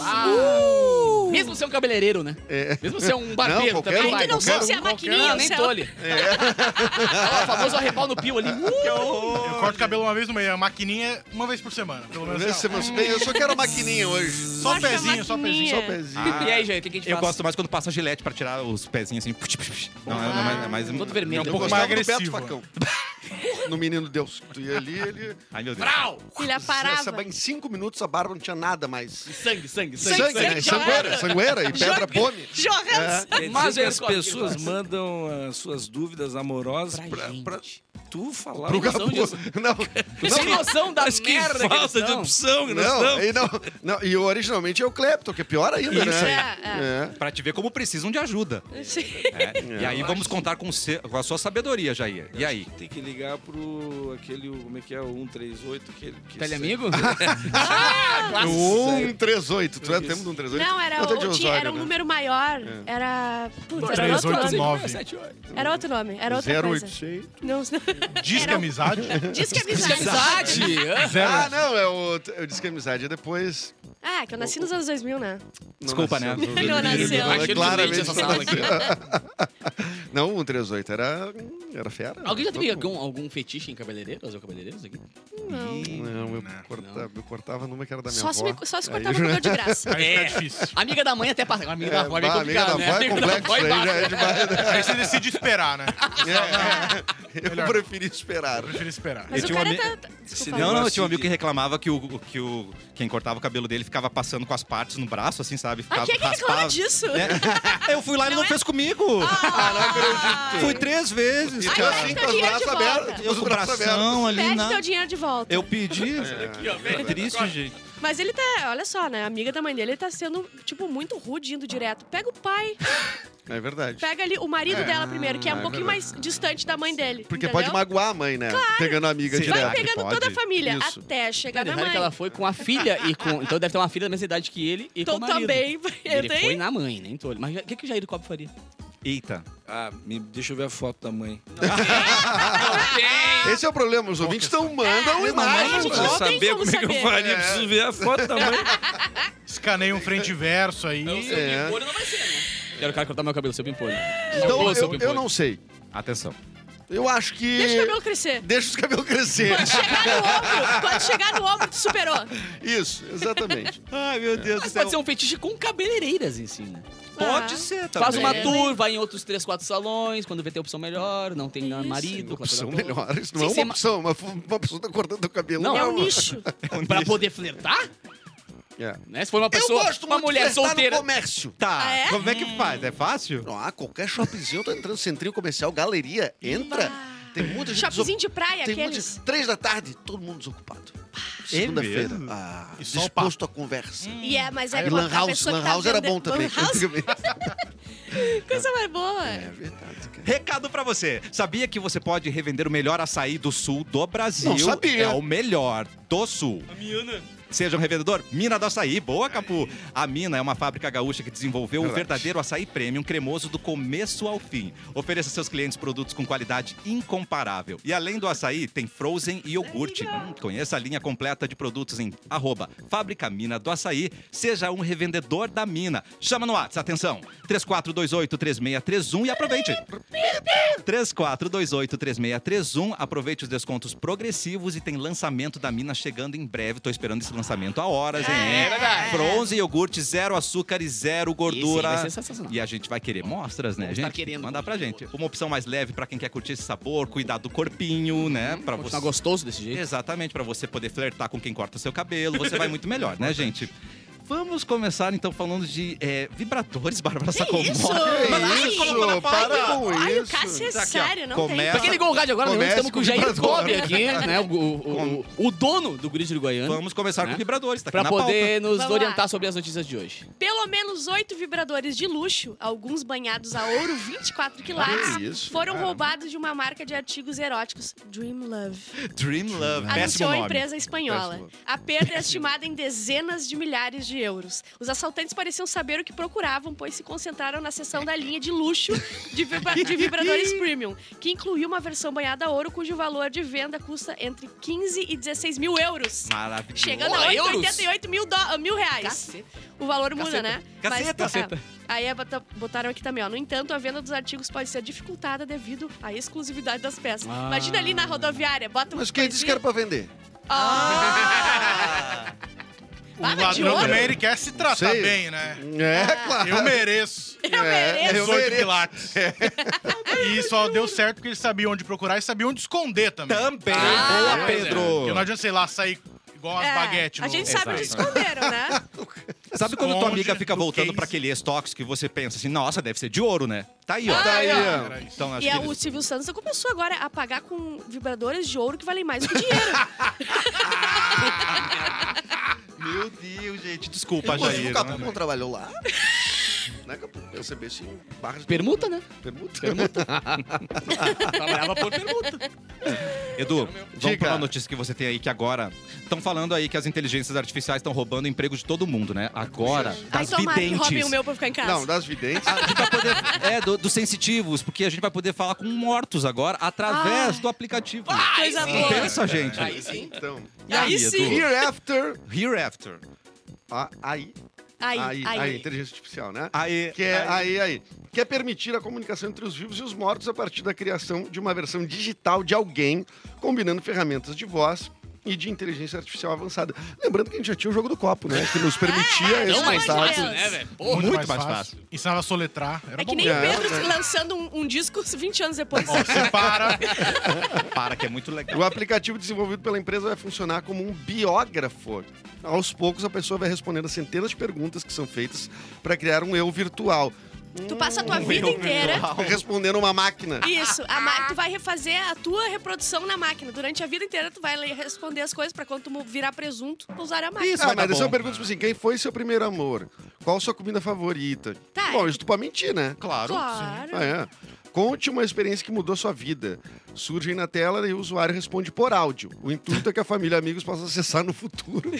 S3: Ah, Mesmo ser um cabeleireiro, né?
S2: É.
S3: Mesmo ser um barbeiro
S2: qualquer
S3: também
S2: um,
S3: vai.
S4: Ainda não sei
S2: Qualquer
S4: se é a
S5: um,
S4: maquininha
S3: Não,
S4: ou
S3: nem
S4: se é
S3: tolhe. Olha lá, o famoso arrebal no pio ali. Uh!
S5: Eu corto o cabelo uma vez no meio. A maquininha é uma vez por semana, pelo menos.
S2: às vezes
S5: assim,
S2: você
S5: ó.
S2: não se vê, eu só quero a maquininha hoje.
S5: Só o
S4: Baixa a
S5: pezinho, só o pezinho.
S2: um Só o
S4: É.
S2: pezinho.
S3: E aí, Jair, o que, que a gente
S1: Eu
S3: faz?
S1: gosto mais quando passa gilete pra tirar os pezinhos assim. Puxi, puxi, puxi. Não, é- não, é- é mais...
S3: Todo vermelho.
S5: um
S2: eu
S5: pouco
S2: gostava
S5: mais
S2: do Beto
S5: agressivo.
S2: Facão. No Menino Deus. Tu ia ali, ele...
S1: Ai, meu Deus.
S3: Brau!
S4: Ele
S2: Essa-
S4: aparava.
S2: em cinco minutos a barba não tinha nada mais.
S3: Sangue, sangue, sangue.
S4: Sangue, sangue,
S2: né?
S4: joga.
S2: Sangueira, sangueira e pedra pome. É.
S4: Jorrans.
S6: Quer dizer
S3: Mas
S6: que
S3: eu
S6: as
S3: escolho quem
S6: pessoas
S3: gosta.
S6: mandam as suas dúvidas amorosas
S3: Pra
S6: pra,
S3: gente.
S6: pra tu falar.
S2: Pro
S6: uma-
S2: Gabu. Não,
S3: Sem noção da
S6: Mas que
S3: merda que eles
S6: falta de
S3: são.
S6: opção que nós
S2: não, é-
S6: estamos.
S2: e não, não. E originalmente é o Clepton, que é pior ainda,
S1: Isso
S2: né?
S4: aí.
S2: É.
S1: Pra te ver como precisam de ajuda.
S4: Sim.
S1: É. E aí vamos contar com, o seu- com a sua sabedoria, Jair. E aí?
S6: Tem que ligar pro aquele, como é que é, o 138, aquele que...
S3: Teleamigo?
S2: No 138. Tu é
S6: Isso.
S2: tempo do 138?
S4: Não, era,
S2: Eu tô de
S4: o- tinha-
S2: Osório,
S4: era um
S2: né? É.
S4: número maior. Era. Putz, era outro nome.
S5: 389.
S4: Era outro nome. Era outra coisa.
S2: 086.
S4: Não,
S5: Diz que é amizade.
S4: Diz que é amizade.
S3: Amizade!
S5: Zero.
S2: Ah, não, é o, eu disse que amizade é depois.
S4: Ah, que eu nasci nos anos 2000, né?
S2: Não
S1: Desculpa, né?
S2: nasceu.
S4: Não nasceu.
S2: Não, é
S3: Cheiro de
S2: claramente
S3: leite essa sala aqui.
S2: Não, o 138 era, era fera.
S3: Alguém já teve
S2: Todo mundo.
S3: algum, algum fetiche em cabeleireiro? Fazer o cabeleireiro? isso aqui?
S4: Não.
S2: Não, eu, Cortava, eu cortava numa que era da minha
S4: Só se,
S2: avó.
S4: me, só se
S2: Aí
S4: cortava
S2: já-
S4: o cabelo de graça.
S5: Aí
S2: É.
S5: fica difícil.
S3: Amiga da mãe até passa. Agora Amiga da avó é
S2: bah,
S3: meio
S2: amiga da
S3: complicado, né?
S2: avó é complexo,
S3: avó é
S2: aí já é
S3: embaixo, né?
S2: demais. né?
S5: Aí você decide esperar, né?
S2: É. Eu
S5: Melhor.
S2: preferi esperar.
S5: Eu prefiro esperar.
S4: Mas
S1: Eu
S4: o
S1: tinha um
S4: cara
S1: ami-
S4: tá. tá- Desculpa.
S1: Não, não, eu
S6: negócio
S1: tinha um amigo
S6: de-
S1: que reclamava que, o, que o, quem cortava o cabelo dele ficava passando com as partes no braço, assim, sabe? Ficava,
S4: Ah, quem é que reclama disso?
S1: É. Eu fui lá e ele não,
S4: Não é?
S1: fez comigo.
S2: Ah, não acredito.
S1: Fui três vezes.
S2: E
S4: Ai,
S2: tu
S4: eu
S2: assim, com
S4: acho
S2: os
S4: que
S2: braços
S4: eu ia de volta.
S2: abertos.
S1: Eu
S2: os
S1: com o
S2: braços abertos.
S1: um bração ali,
S4: Pede
S1: na...
S4: teu dinheiro de volta.
S1: Eu pedi. É triste, gente.
S4: Mas ele tá, olha só, né? A amiga da mãe dele ele tá sendo, tipo, muito rude indo direto. Pega o pai,
S2: É verdade.
S4: pega ali o marido
S5: É.
S4: dela primeiro, que é um
S2: Ah, é
S4: pouquinho
S2: verdade.
S4: mais distante da mãe dele.
S2: Porque
S4: entendeu?
S2: pode magoar a mãe, né? Pegando a amiga
S1: Será
S4: Vai
S1: que
S2: direto.
S4: pegando
S1: pode?
S4: toda a família
S2: Isso.
S4: até chegar na
S3: Detalhe
S4: mãe.
S3: é que ela foi com a filha e com. Então deve ter uma filha da mesma idade que ele e
S4: Então
S3: com o marido.
S4: também,
S3: Ele
S4: tem-
S3: foi na mãe, nem tolho. Mas o que, que o Jair do Copo faria?
S1: Eita.
S6: Ah, me- deixa eu ver a foto da mãe.
S2: Esse é o problema. Os ouvintes estão mandam
S4: É,
S2: imagens.
S4: a gente
S2: né?
S4: não
S6: Pra
S4: tem
S6: saber
S4: como
S6: como é que eu
S4: saber.
S6: faria,
S2: É.
S6: preciso ver a foto da mãe.
S5: Escaneia um frente e verso aí.
S2: É.
S3: não vai ser, né? Quero o cara cortar meu cabelo, seu pimpolho.
S2: Então,
S3: Boa, seu
S2: eu, eu
S3: pimpolho.
S2: não sei.
S1: Atenção.
S2: Eu acho que...
S4: Deixa o cabelo crescer.
S2: Deixa os cabelos crescer.
S4: Quando chegar no ombro, quando chegar no ombro, tu superou.
S2: Isso, exatamente.
S1: Ai, meu Deus
S3: Mas pode ser um fetiche com cabeleireiras em si, né?
S4: Ah.
S1: ser
S3: Faz
S1: também.
S3: uma
S4: É.
S3: tour, vai em outros três, quatro salões, quando vê ter opção melhor, não tem
S4: Isso.
S3: marido. aquela
S2: Opção
S3: coisa toda.
S2: melhor. Isso não
S3: Sem
S2: é
S3: ser
S2: uma
S3: ma-
S2: opção. Uma, uma pessoa tá cortando o cabelo.
S3: Não,
S4: É um
S2: uma-
S4: nicho.
S3: pra poder flertar,
S2: É.
S3: né? Se for uma pessoa, uma mulher
S2: flertar
S3: solteira.
S2: no comércio.
S1: Tá,
S4: Ah, é?
S1: como é que faz? É fácil?
S2: Ah, qualquer shoppingzinho, eu tô entrando, centrinho comercial, galeria, entra. Tem muita gente
S4: Shopzinho
S2: desocupado.
S4: de praia,
S2: Tem um muita
S4: aqueles.
S2: gente. Três da tarde, todo mundo desocupado. Segunda-feira.
S1: mesmo?
S2: Ah,
S5: E só o
S2: disposto à conversa.
S4: E é, mas é
S2: E
S4: que
S2: Lan
S4: a
S2: House,
S4: pessoa que
S2: Lan
S4: tá
S2: House era
S4: vendo-
S2: bom também.
S4: Lan House,
S2: antigamente.
S4: coisa mais boa.
S2: É verdade, cara.
S1: Recado pra você. Sabia que você pode revender o melhor açaí do sul do Brasil?
S2: Não sabia.
S1: É o melhor do sul. A Miana. Seja um revendedor, Mina do Açaí. Boa, Capu. A Mina é uma fábrica gaúcha que desenvolveu o
S2: Verdade.
S1: verdadeiro açaí premium cremoso do começo ao fim. Ofereça aos seus clientes produtos com qualidade incomparável. E além do açaí, tem frozen e iogurte. Hum, conheça a linha completa de produtos em arroba Fábrica Mina do Açaí. Seja um revendedor da Mina. Chama no WhatsApp, atenção. 3428-3631 e aproveite. 34283631. Aproveite os descontos progressivos e tem lançamento da mina chegando em breve. Tô esperando esse lançamento há horas, hein?
S3: É verdade.
S1: Bronze, iogurte, zero açúcar e zero gordura.
S3: Esse vai ser sensacional.
S1: E a gente vai querer mostras, né,
S3: Vamos
S1: gente?
S3: estar querendo
S1: Mandar pra
S3: curtir
S1: gente. Uma opção mais leve pra quem quer curtir esse sabor, cuidar do corpinho, né? Pra
S3: Hum, Continuar
S1: você.
S3: tá gostoso desse jeito.
S1: Exatamente, pra você poder flertar com quem corta seu cabelo, você vai muito melhor, né, gente? Vamos começar então falando de é, vibradores, Bárbara Sacomori.
S4: isso?
S2: Que é isso? Para com
S4: Ai, o
S2: isso.
S4: Cássio é
S1: Tá aqui, ó.
S4: sério, não
S1: Começa-
S3: Pra quem ligou o rádio agora, nós
S2: Comece
S3: estamos com o
S2: com
S3: Jair
S2: vibrador.
S3: Kobe aqui, né? O, o, o, o dono do grid uruguaiano.
S1: Vamos começar com
S3: Né?
S1: vibradores, tá aqui
S3: Pra
S1: na
S3: poder nos
S4: Vamos lá.
S3: orientar sobre as notícias de hoje.
S4: tem. Pelo menos oito vibradores de luxo, alguns banhados a ouro 24 quilates,
S2: Que É isso,
S4: foram
S2: cara.
S4: roubados de uma marca de artigos eróticos, Dream Love.
S1: pauta. Dream Love, péssimo
S4: Anunciou a é
S1: nome.
S4: empresa espanhola.
S2: Péssimo.
S4: A perda é estimada em dezenas de milhares de euros. Os assaltantes pareciam saber o que procuravam, pois se concentraram na seção da linha de luxo de, vibra- de vibradores premium, que incluiu uma versão banhada a ouro, cujo valor de venda custa entre 15 e 16 mil euros.
S1: Maravilhoso.
S4: Chegando
S3: Porra,
S4: a 8,
S3: euros?
S4: 88 mil, do- ah, mil reais. O valor muda,
S3: Caceta.
S4: né?
S1: Caceta.
S4: Mas, é. Aí é, bota- botaram aqui também, ó. No entanto, a venda dos artigos pode ser dificultada devido à exclusividade das peças.
S3: Ah.
S4: Imagina ali na rodoviária, bota um
S2: Mas quem disse que era pra vender?
S5: O
S4: Para de
S5: ladrão
S4: ouro.
S5: também ele quer se tratar
S2: Sei.
S5: bem, né?
S2: É, claro.
S5: Eu mereço.
S4: Eu mereço.
S2: Eu
S5: 18
S2: mereço.
S5: pilates. E só deu certo porque ele sabia onde procurar e sabia onde esconder também.
S1: Também.
S3: Ah,
S1: Boa,
S3: pois é.
S5: Porque
S1: Pedro.
S5: não adianta, sei lá, sair igual as
S4: É,
S5: baguetes.
S4: A
S5: no-
S4: gente sabe onde
S1: Exato.
S4: esconderam, né?
S1: Sabe quando tua
S5: Esconde
S1: amiga fica
S5: do
S1: voltando
S5: case.
S1: pra aquele ex-tóxico que você pensa assim, nossa, deve ser de ouro, né? Tá aí, ó.
S2: Tá aí, ó.
S5: Era isso.
S1: Então, acho
S4: Ah, é.
S1: que
S4: e é, o
S1: eles-
S4: Silvio Santos começou agora a pagar com vibradores de ouro que valem mais que dinheiro.
S1: Meu Deus, gente, desculpa,
S2: Inclusive,
S1: Jair.
S2: o
S1: né?
S2: Capão trabalhou lá. Não é Capão? Eu recebi assim, barra de
S3: Permuta, né?
S2: permuta.
S3: Trabalhava por permuta.
S1: Edu, vamos
S2: Diga.
S1: para uma notícia que você tem aí que agora estão falando aí que as inteligências artificiais estão roubando o emprego de todo mundo, né? Agora,
S4: Ai,
S1: das
S4: tomara que roubem
S1: videntes.
S4: o meu pra eu ficar em casa.
S2: Não, das videntes.
S1: A gente vai poder, é, do- dos sensitivos, porque a gente vai poder falar com mortos agora através
S4: Ah.
S1: do aplicativo.
S4: Coisa
S3: Ai,
S4: boa.
S1: Pensa, gente.
S3: Aí sim.
S2: Então,
S1: E aí,
S4: Aí
S1: Edu?
S4: sim.
S2: hereafter.
S1: Hereafter.
S2: Ah, aí,
S4: Aí,
S2: aí,
S4: aí.
S2: aí, inteligência artificial, né?
S1: Aí,
S2: Que é, aí, aí. Que é permitir a comunicação entre os vivos e os mortos a partir da criação de uma versão digital de alguém, combinando ferramentas de voz e de inteligência artificial avançada. Lembrando que a gente já tinha o jogo do copo, né? Que nos permitia
S4: É,
S2: esse
S3: Então,
S4: não, mas
S2: contato.
S4: fácil, né,
S3: velho?
S1: Muito mais
S5: Ensinava a soletrar. Era
S4: É
S5: bom.
S4: que nem
S2: bom.
S4: o Pedro
S2: É, né?
S4: lançando um, um disco 20 anos depois.
S5: Ó, você para.
S1: para, que é muito legal.
S2: O aplicativo desenvolvido pela empresa vai funcionar como um biógrafo. Aos poucos, a pessoa vai respondendo a centenas de perguntas que são feitas para criar um eu virtual.
S4: Tu passa a tua
S1: Hum,
S4: vida
S1: eu
S4: inteira.
S2: Respondendo uma máquina.
S4: Isso, a ma- tu vai refazer a tua reprodução na máquina. Durante a vida inteira, tu vai le- responder as coisas pra quando tu mu- virar presunto, tu usar a máquina.
S2: Isso, ah,
S1: vai dar
S2: mas essa
S1: bom.
S2: eu pergunto tipo assim: quem foi seu primeiro amor? Qual sua comida favorita?
S4: Tá.
S2: Bom, isso tu pode mentir, né?
S1: Claro.
S4: Claro.
S2: Ah, é. Conte uma experiência que mudou sua vida. Surgem na tela e o usuário responde por áudio. O intuito é que a família e amigos possam acessar no futuro,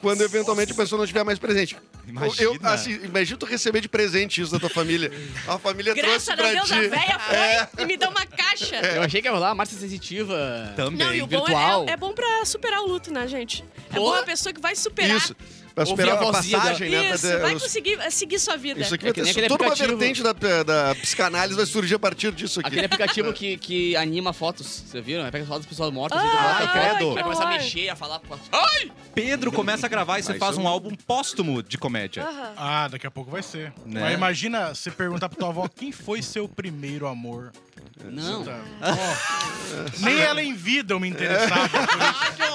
S2: quando eventualmente a pessoa não estiver mais presente.
S1: Imagina.
S2: Eu, assim, imagina tu receber de presente isso da tua família. A família
S4: Graças
S2: trouxe
S4: a
S2: pra
S4: Deus, a
S2: ti. É.
S4: véia foi e me deu uma caixa.
S3: Eu achei que ia rolar a Márcia Sensitiva.
S1: Também.
S4: Não, e o bom
S3: virtual.
S4: é, é bom pra superar o luto, né, gente? É
S3: Boa.
S4: bom a pessoa que vai superar.
S2: Isso. Pra
S3: Ouvir
S2: superar
S3: a
S2: a
S3: vozinha da-
S2: passagem, né? pra
S4: Isso,
S2: ter
S4: vai
S2: os-
S4: conseguir eh, seguir sua vida.
S2: Isso
S3: É
S2: aqui vai
S3: que nem
S2: ter
S3: aquele
S2: toda uma
S3: aplicativo.
S2: vertente da, da psicanálise vai surgir a partir disso aqui.
S3: Aquele aplicativo que, que anima fotos, você viram? Aí Pega fotos das pessoas mortas e
S4: Ah,
S3: coloca-
S1: credo.
S4: que
S3: Vai começar a
S4: horror.
S3: mexer, a falar com a... Ah!
S1: Pedro começa a gravar e você
S2: Mas
S1: faz
S2: eu-
S1: um álbum póstumo de comédia.
S4: Aham.
S5: Ah, daqui a pouco vai ser.
S1: Né?
S5: Mas imagina você perguntar pra tua avó quem foi seu primeiro amor.
S3: Não.
S5: Tá. Ó, nem ela em vida eu me interessava.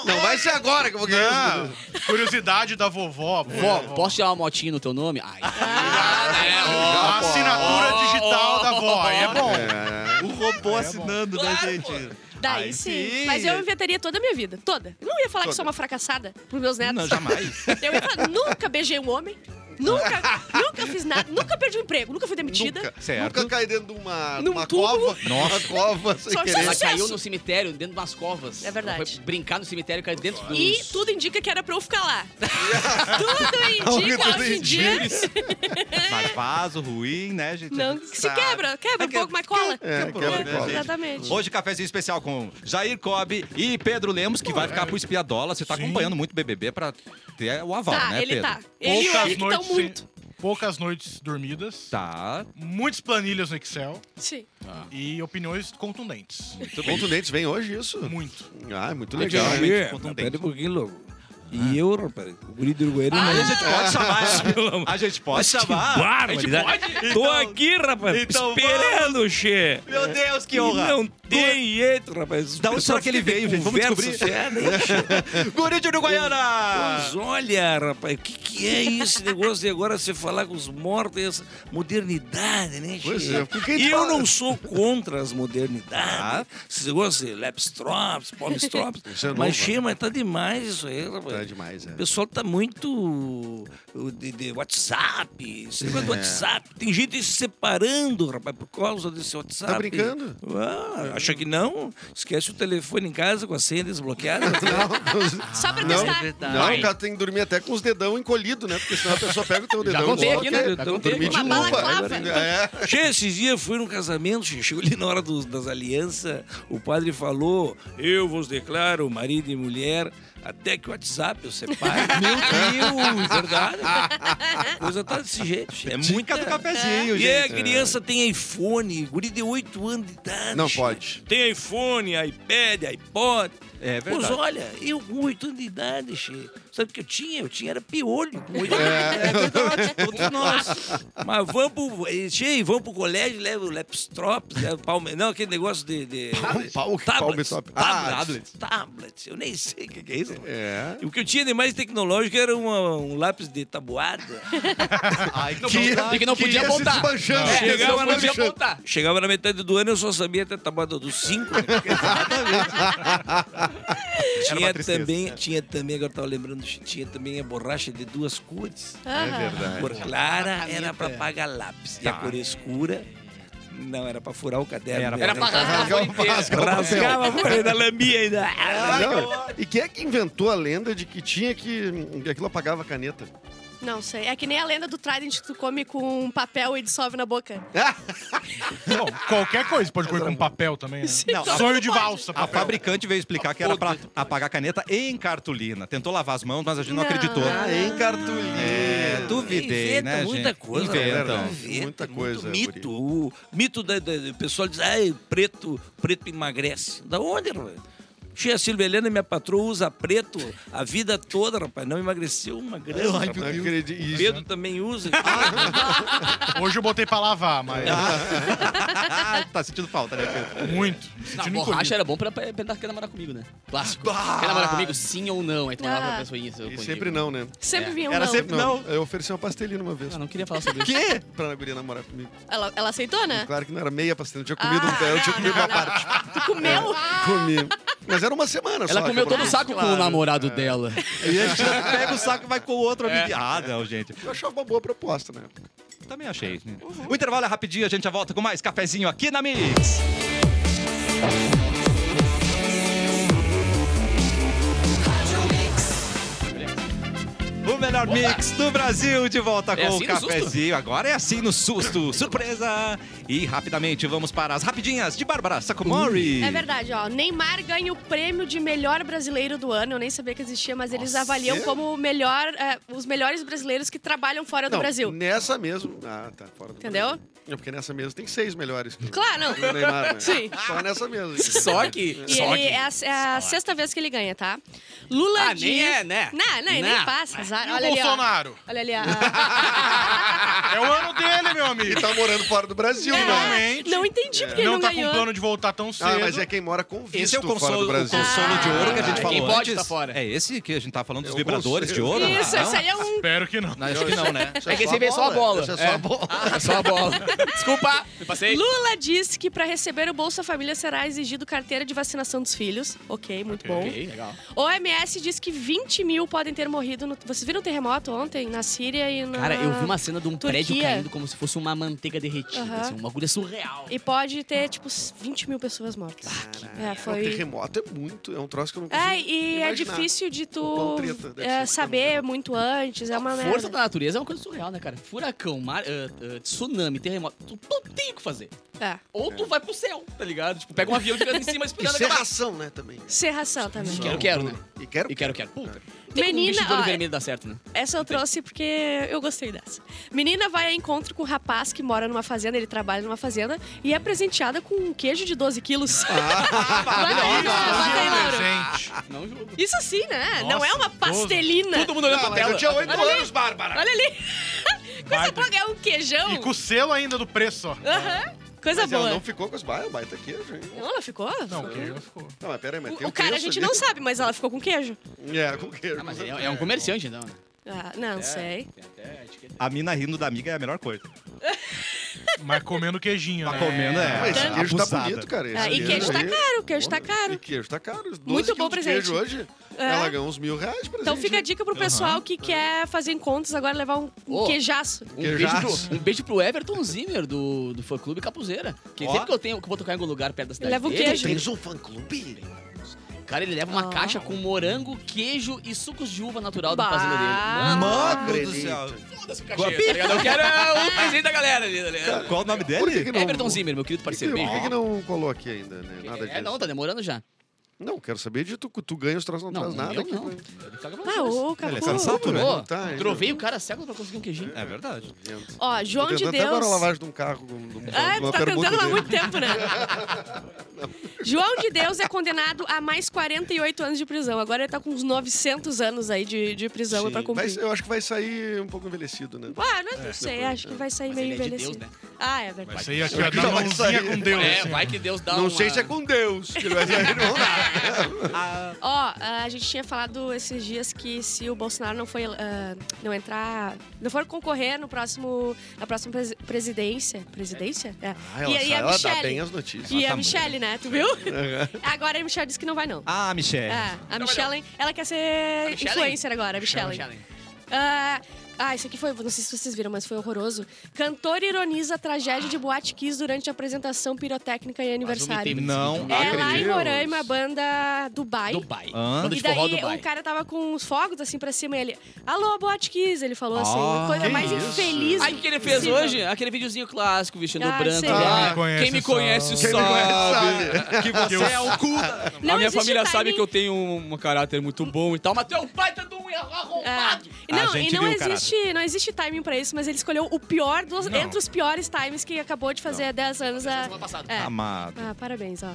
S2: Não vai ser agora que eu vou ganhar.
S5: Não, curiosidade da vovó. pô.
S3: Vó, posso tirar uma motinha no teu nome? Ai. né?
S5: A assinatura digital da vó. Aí é bom.
S4: Ah.
S1: O robô assinando, né,
S3: Claro,
S1: gente?
S3: pô.
S4: Daí
S1: Aí
S4: sim.
S1: sim.
S4: Mas eu inventaria toda a minha vida, toda. Eu não ia falar que
S2: Toda.
S4: sou uma fracassada pros meus netos.
S1: Não, jamais.
S4: Eu ia falar, nunca beijei um homem, nunca, nunca fiz nada, nunca perdi um emprego, nunca fui demitida.
S2: Nunca,
S1: Certo.
S2: nunca caí dentro de uma,
S4: Num
S2: uma
S4: túmulo.
S2: cova. Uma cova sem
S4: Só- só-
S2: querer.
S3: Ela
S4: Sucesso.
S3: caiu no cemitério, dentro de umas covas.
S4: É verdade.
S3: Ela Foi brincar no cemitério, caiu dentro dos...
S4: E tudo indica que era pra eu ficar lá. tudo indica
S2: Tudo
S4: hoje em dia.
S1: Mas vaso ruim, né, gente? A
S4: Não,
S1: gente
S4: se
S1: sabe.
S4: quebra, quebra um
S1: que-
S4: pouco, mas cola.
S2: É,
S1: Quebrou,
S2: quebra
S1: né,
S2: e cola.
S1: gente?
S4: Exatamente.
S1: Hoje, cafezinho especial com Jair Cobb e Pedro Lemos, que vai ficar pro Espiadola. Você tá
S5: Sim.
S1: acompanhando muito o BBB pra ter o aval,
S4: Tá,
S1: né,
S4: ele
S1: Pedro?
S4: tá. Ele e o Eric estão
S5: sem-
S4: muito.
S5: poucas noites dormidas.
S1: Tá.
S5: Muitas planilhas no Excel
S4: Sim.
S5: e opiniões contundentes.
S2: Contundentes, vem hoje isso?
S5: Muito.
S2: Ah, é muito
S1: Legal.
S2: legal.
S1: Realmente contundente.
S6: Pera um pouquinho, logo. E eu, rapaz, o guri do Uruguaiana
S1: Ah,
S6: não.
S1: a gente pode chamar.
S6: Pelo amor-
S1: A gente pode
S6: Mas que
S1: chamar. A gente
S6: barbaridade.
S1: pode.
S6: Tô
S1: Então-
S6: aqui, rapaz,
S1: então
S6: esperando, che.
S1: Meu Deus, que
S6: E
S1: honra.
S6: Não tem jeito, rapaz.
S1: Da onde será que ele veio, gente? Vamos
S6: Conversa
S1: descobrir.
S6: séria, che.
S1: Guri de Uruguaiana!
S6: Mas olha, rapaz, o que, que é esse negócio de agora você falar com os mortos, essa modernidade, né,
S2: Pois
S6: che?
S2: é, por que a gente
S6: Eu
S2: fala?
S6: não sou contra as modernidades,
S1: Ah.
S6: esses negócios de lapstrops, palmstrops,
S2: Isso é novo,
S6: mas, che, mas tá demais isso aí, rapaz.
S2: Tá demais, é.
S6: O pessoal tá muito uh, de, de WhatsApp, esse negócio
S2: É.
S6: do WhatsApp. Tem gente se separando, rapaz, por causa desse WhatsApp.
S2: Tá brincando?
S6: Ah, acha que não? Esquece o telefone em casa com a senha desbloqueada.
S4: Só pra
S2: Ah, Não. é
S4: testar.
S2: Não, o cara tem que dormir até com os dedão encolhido, né? Porque senão a pessoa pega o teu dedão
S3: contei
S2: e
S3: aqui, né?
S2: coloca-
S3: Já
S6: Então,
S3: contei
S2: Dormir
S6: dormi
S2: de
S4: aqui.
S6: de
S4: Uma
S6: novo.
S4: balaclava.
S6: Agora,
S2: É.
S6: Che, esses dias eu fui num casamento, che, chegou ali na hora dos- das alianças, o padre falou, eu vos declaro marido e mulher, até que o WhatsApp eu separe. Meu Deus! Verdade? né? A coisa tá desse jeito, che. É
S1: Dica
S6: muita...
S1: do cafezinho,
S6: E a
S1: gente.
S6: criança tem iPhone, guri de 8 anos de idade.
S2: Não
S6: che.
S2: pode.
S6: Tem iPhone, iPad, iPod.
S1: É
S6: Pois
S1: verdade.
S6: olha, eu com 8 anos de idade, che. sabe o que eu tinha? Eu tinha era piolho. Com 8
S1: É verdade, todos nós.
S6: mas vamos pro. eh, Che, vamos pro colégio, leva o Lapstrop, leva o Palme. Não, aquele negócio de. de
S2: Pal- pal-
S6: tablets,
S2: Palmetop.
S1: Ah,
S6: tablets, tablets. Eu nem sei o que que é isso.
S2: É.
S6: E O que eu tinha de mais tecnológico era uma- um lápis de tabuada.
S1: Ai, que não
S3: E que não
S2: que
S3: podia
S2: ia se
S3: apontar.
S2: desmanchando.
S6: É,
S2: Esse é o
S6: chegava, na
S2: bicho.
S6: metade, chegava na metade do ano, eu só sabia até a tabuada dos cinco. né?
S1: Era uma
S6: tinha,
S1: tristeza. né?
S6: também, tinha também, agora eu tava lembrando, tinha também a borracha de duas cores.
S1: É verdade.
S6: Cor clara era pra pagar lápis. é. E a
S1: Tá.
S6: cor escura não era pra furar o caderno. Então,
S1: Era
S3: Era pra rasgar a folha inteira.
S6: Rasgava a folha da lambia ainda.
S2: Não, E quem é que inventou a lenda de que tinha que. que aquilo apagava a caneta?
S4: Não sei. É que nem a lenda do Trident que tu come com um papel e dissolve na boca.
S2: É,
S5: Bom, qualquer coisa pode correr com papel também, né?
S1: Não,
S4: tá
S1: a-
S5: Sonho de valsa,
S1: A
S5: papel.
S1: fabricante veio explicar que era pra apagar a caneta em cartolina. Tentou lavar as mãos, mas a gente não,
S4: Não.
S1: acreditou.
S4: Ah,
S2: em
S1: É,
S2: cartolina.
S1: Duvidei,
S6: Inventa
S1: né,
S6: muita
S1: gente?
S6: coisa.
S1: Inventam.
S6: né? Inventa
S2: Muita
S6: muito
S2: coisa,
S6: mito. O mito da, da- do pessoal diz, ai, preto, preto emagrece. Da onde, rapaz? Tia Silvia Helena, minha patroa, usa preto a vida toda, rapaz. Não emagreceu uma grama.
S2: Não
S6: rapaz.
S2: acredito.
S6: O
S2: Isso.
S6: Pedro também usa.
S5: Hoje eu botei pra lavar, mas
S1: tá sentindo falta, né, Pedro?
S5: muito. Me
S3: Não,
S5: sentindo
S3: borracha
S5: encolhido.
S3: era bom pra, pra, pra dar namorar comigo, né? Clássico. Quer namorar comigo, sim ou não? Aí tu mandava pra
S4: Ah.
S3: pessoa isso.
S2: E sempre não, né?
S4: Sempre
S3: É.
S4: vinha um
S1: Era
S4: não.
S1: sempre- Não.
S2: Eu ofereci uma pastelina uma vez.
S3: Ah, não queria falar sobre isso.
S2: Quê? Pra a guria namorar comigo.
S4: Ela, ela aceitou, né?
S2: Claro que não era meia pastelina. Eu tinha comido um
S4: Ah,
S2: pé, eu tinha comido
S4: não,
S2: uma
S4: não.
S2: parte. É.
S4: Tu comeu?
S2: Comi. Mas era uma semana só.
S3: Ela comeu
S2: que eu
S3: todo o
S2: comi.
S3: saco com o namorado dela.
S1: E a gente pega o saco e vai com o outro amiguinho. Ah, não, gente.
S2: Eu achava uma boa proposta, né?
S1: Também achei. O intervalo é rapidinho, a gente já volta com mais cafezinho aqui na Mix. O melhor mix do Brasil de volta com
S3: assim
S1: o
S3: no susto?
S1: cafezinho. Agora é assim no susto, surpresa! E rapidamente vamos para as rapidinhas de Bárbara Sacomori.
S4: É verdade, ó. Neymar ganha o prêmio de melhor brasileiro do ano. Eu nem sabia que existia, mas eles avaliam como o melhor, eh, os melhores brasileiros que trabalham fora É do
S2: Não,
S4: Brasil.
S2: Nessa mesmo. Ah, tá. Fora do
S4: Entendeu?
S2: Brasil. É porque nessa mesmo tem seis melhores. que o-
S4: Claro, não.
S2: que o Neymar, né?
S4: Sim.
S2: Só nessa mesmo.
S3: Só que.
S4: E
S3: só
S4: ele
S3: que-
S4: é a, é a sexta vez que ele ganha, tá? Lula
S3: Ah,
S4: diz...
S3: nem é, né?
S4: Não, não, e nem
S3: Não.
S4: passa. azar.
S5: E o
S4: Olha ali, ó.
S5: Bolsonaro?
S4: Olha ali, ó.
S5: É o ano dele, meu
S2: E
S5: amigo.
S2: tá morando fora do Brasil,
S4: É,
S2: né?
S5: Finalmente.
S4: não entendi porque ele
S5: Não
S4: não
S5: tá com
S4: ganhou.
S5: plano de voltar tão cedo.
S2: Ah, mas é quem mora com visto
S1: Esse é o
S2: fora
S1: consolo,
S2: do
S1: o
S2: Brasil.
S1: consolo de ouro que a gente
S3: Ah,
S1: falou
S3: quem pode
S1: antes.
S3: tá fora.
S1: É esse que a gente tá falando dos
S2: É o
S1: vibradores de
S2: consolo.
S1: ouro?
S4: Isso,
S1: não?
S4: isso aí é um...
S5: Espero que não.
S1: Não, acho que não,
S2: Ah,
S1: né?
S3: É que você vê só a bola.
S2: Isso é só a bola.
S3: Ah, é só a bola. Desculpa, me passei.
S4: Lula diz que para receber o Bolsa Família será exigido carteira de vacinação dos filhos. Ok, muito bom.
S3: Ok, legal.
S4: OMS diz que 20 mil podem ter morrido. No... Vocês viram o terremoto ontem na Síria e na.
S3: Cara, eu vi uma cena de um prédio
S4: Turquia.
S3: caindo como se fosse uma manteiga derretida.
S4: Aham.
S3: Assim, uma agulha surreal.
S4: E pode ter, tipo, 20 mil pessoas mortas. é,
S2: O
S4: foi.
S2: um terremoto é muito, é um troço que eu não consigo.
S4: É, e é
S2: imaginar.
S4: difícil de
S2: O
S4: tu
S2: pão treta deve
S4: é,
S2: ser o
S4: saber
S2: terremoto.
S4: muito antes. É uma merda.
S3: Força da natureza é uma coisa surreal, né, cara? Furacão, mar- ah, ah, tsunami, terremoto. Tu não tem o que fazer.
S4: É.
S3: Ou tu vai pro céu, tá ligado? Tipo, pega um avião chegando em cima
S2: E
S3: esperando acabar.
S2: serração, né, também.
S4: Serração também.
S3: Quero, quero, né?
S2: E quero...
S3: E quero, quero. Puta. Tem como um
S4: Menina,
S3: bicho de olho
S4: ó,
S3: vermelho dar certo, né?
S4: Essa eu trouxe porque eu gostei dessa. Menina vai a encontro com um rapaz que mora numa fazenda, ele trabalha numa fazenda, e é presenteada com um queijo de 12 quilos. Ah,
S5: Isso,
S4: bota aí,
S5: isso,
S4: Lauro.
S5: presente.
S3: Não não julgo.
S4: Isso sim, né? Não
S5: Nossa,
S4: é uma
S5: idoso.
S4: pastelina.
S3: Todo mundo olhando pra
S2: Ah, mas eu
S3: tela.
S2: tinha 8
S4: Olha ali.
S2: anos, Bárbara.
S4: Olha ali. Coisa
S5: Bárbara.
S4: boa, é um queijão.
S5: E com o selo ainda do preço, ó.
S4: Aham. Coisa
S2: Mas ela
S4: boa.
S2: não ficou com os bairros, baita queijo, hein?
S4: Não, ela ficou?
S5: Não, o queijo ficou.
S2: Não, mas peraí, mas tem
S4: o, o cara a
S2: preço
S4: gente
S2: ali.
S4: não sabe, mas ela ficou com queijo.
S2: É, com queijo.
S3: Ah, mas é, é um comerciante, então. né?
S4: Ah,
S2: É.
S4: não sei.
S3: Tem até etiqueta.
S1: A mina rindo da amiga é a melhor coisa.
S5: Mas comendo queijinho,
S1: Tá
S5: né?
S1: comendo, é.
S2: Mas esse queijo tá
S1: abusada.
S2: bonito, cara. Esse
S4: Ah, e queijo tá
S2: aí-
S4: caro, queijo tá caro.
S2: E queijo tá caro. 12
S4: Muito
S2: quilos de
S4: bom presente.
S2: queijo hoje,
S4: É.
S2: ela ganhou uns mil reais pra
S4: Então fica a dica pro pessoal que quer fazer encontros agora, levar um, um
S3: Ô.
S4: queijaço.
S3: Um
S2: Queijaço.
S3: beijo, pro, um beijo pro Everton Zimmer, do, do fã clube Capuzeira. Que
S1: Ó.
S3: sempre que eu tenho, que eu vou tocar em algum lugar perto da cidade
S4: Leva o
S3: dele,
S4: queijo.
S2: Tens um fã-clube?
S3: Cara, ele leva uma
S4: Ah.
S3: caixa com morango, queijo e sucos de uva natural
S4: Bah.
S3: da fazenda dele.
S1: Mano
S2: acredito.
S1: do céu.
S3: Foda-se o cachê, tá ligado? Eu quero é, o presente da galera ali, tá ligado?
S1: Qual o nome
S2: Por que
S1: dele?
S2: que não...
S3: Everton Zimmer, meu querido
S2: Por que,
S3: parceiro.
S2: por
S3: Beijo.
S2: que que não colou aqui ainda, né? Nada disso.
S3: É, não, tá demorando já.
S2: Não, quero saber de tu. Tu ganha os troços, não,
S3: Não,
S2: traz nada.
S3: eu
S2: aqui,
S3: não. tá
S2: né?
S4: Ah, ô,
S1: Ele é
S4: capô.
S1: sensato,
S3: Pô,
S1: né?
S2: Não tá, hein?
S3: trovei o cara cego pra conseguir um queijinho.
S1: É verdade.
S4: Ó,
S2: Tô
S4: João de
S2: tentando até agora a
S4: Deus.
S2: lavagem de um carro. de um- de um-
S4: Ah,
S2: de uma
S4: tu tá
S2: permuta
S4: tentando há
S2: dele.
S4: muito tempo, né? João de Deus é condenado a mais 48 anos de prisão. Agora ele tá com uns 900 anos aí de, de prisão pra
S2: Mas
S4: cumprir.
S2: eu acho que vai sair um pouco envelhecido, né?
S4: Ah, não, não sei, acho que vai sair
S3: Mas
S4: meio
S3: ele é de
S4: envelhecido.
S3: Deus, né?
S4: Ah, é verdade.
S5: Isso aí aqui, ó,
S2: que já
S5: dá
S2: vai
S5: mãozinha
S2: sair.
S5: com Deus.
S3: É,
S5: assim,
S3: vai
S5: ó.
S3: que Deus dá
S2: Não
S3: uma...
S2: sei se é com Deus que ele vai sair, não.
S4: Ó, ah, a gente tinha falado esses dias que se o Bolsonaro não foi ah, não entrar, não for concorrer no próximo na próxima presi- presidência, presidência? É.
S2: Ah, ela,
S4: e, e
S2: sai-
S4: a
S2: ela dá
S4: Michelle.
S2: bem as notícias.
S4: E
S1: Ela
S4: a
S1: tá
S4: Michelle, né? Tu viu? Agora a Michelle disse que não vai não.
S1: Ah, Michelle.
S4: É, a Michelle, ela quer ser
S3: Michelle?
S4: influencer agora, a Michelle. Ah, ah, isso aqui foi, não sei se vocês viram, mas foi horroroso. Cantor ironiza a tragédia de Boate Kiss durante a apresentação pirotécnica e aniversário.
S1: Não
S4: É lá em
S2: acredito.
S4: Roraima, a banda Dubai.
S3: Dubai.
S1: Hã?
S3: Banda
S4: E
S3: de forró
S4: daí
S3: Dubai.
S4: o cara tava com os fogos assim pra cima e ele. Alô, Boate Kiss, ele falou assim.
S1: Ah,
S4: coisa
S1: que
S4: mais
S2: isso?
S4: infeliz.
S3: Aí o que ele fez
S4: possível.
S3: hoje? Aquele videozinho clássico, vestindo
S4: Ah,
S3: branco.
S4: sei.
S3: lá.
S5: Quem
S3: Quem
S5: me
S3: me
S5: conhece
S3: conhece
S5: sabe.
S2: sabe?
S3: sabe que você é o cu.
S4: Não
S3: A minha
S4: existe
S3: família
S4: timing.
S3: sabe que eu tenho um caráter muito bom e tal, mas teu pai tá de um arrombado.
S4: É. Não,
S1: gente
S4: e não
S1: viu, caralho.
S4: existe, não existe timing pra isso, mas ele escolheu o pior dos, entre os piores times que acabou de fazer há 10 anos. a-
S3: semana passada.
S4: É.
S1: Tá Amado.
S4: Ah, parabéns, ó.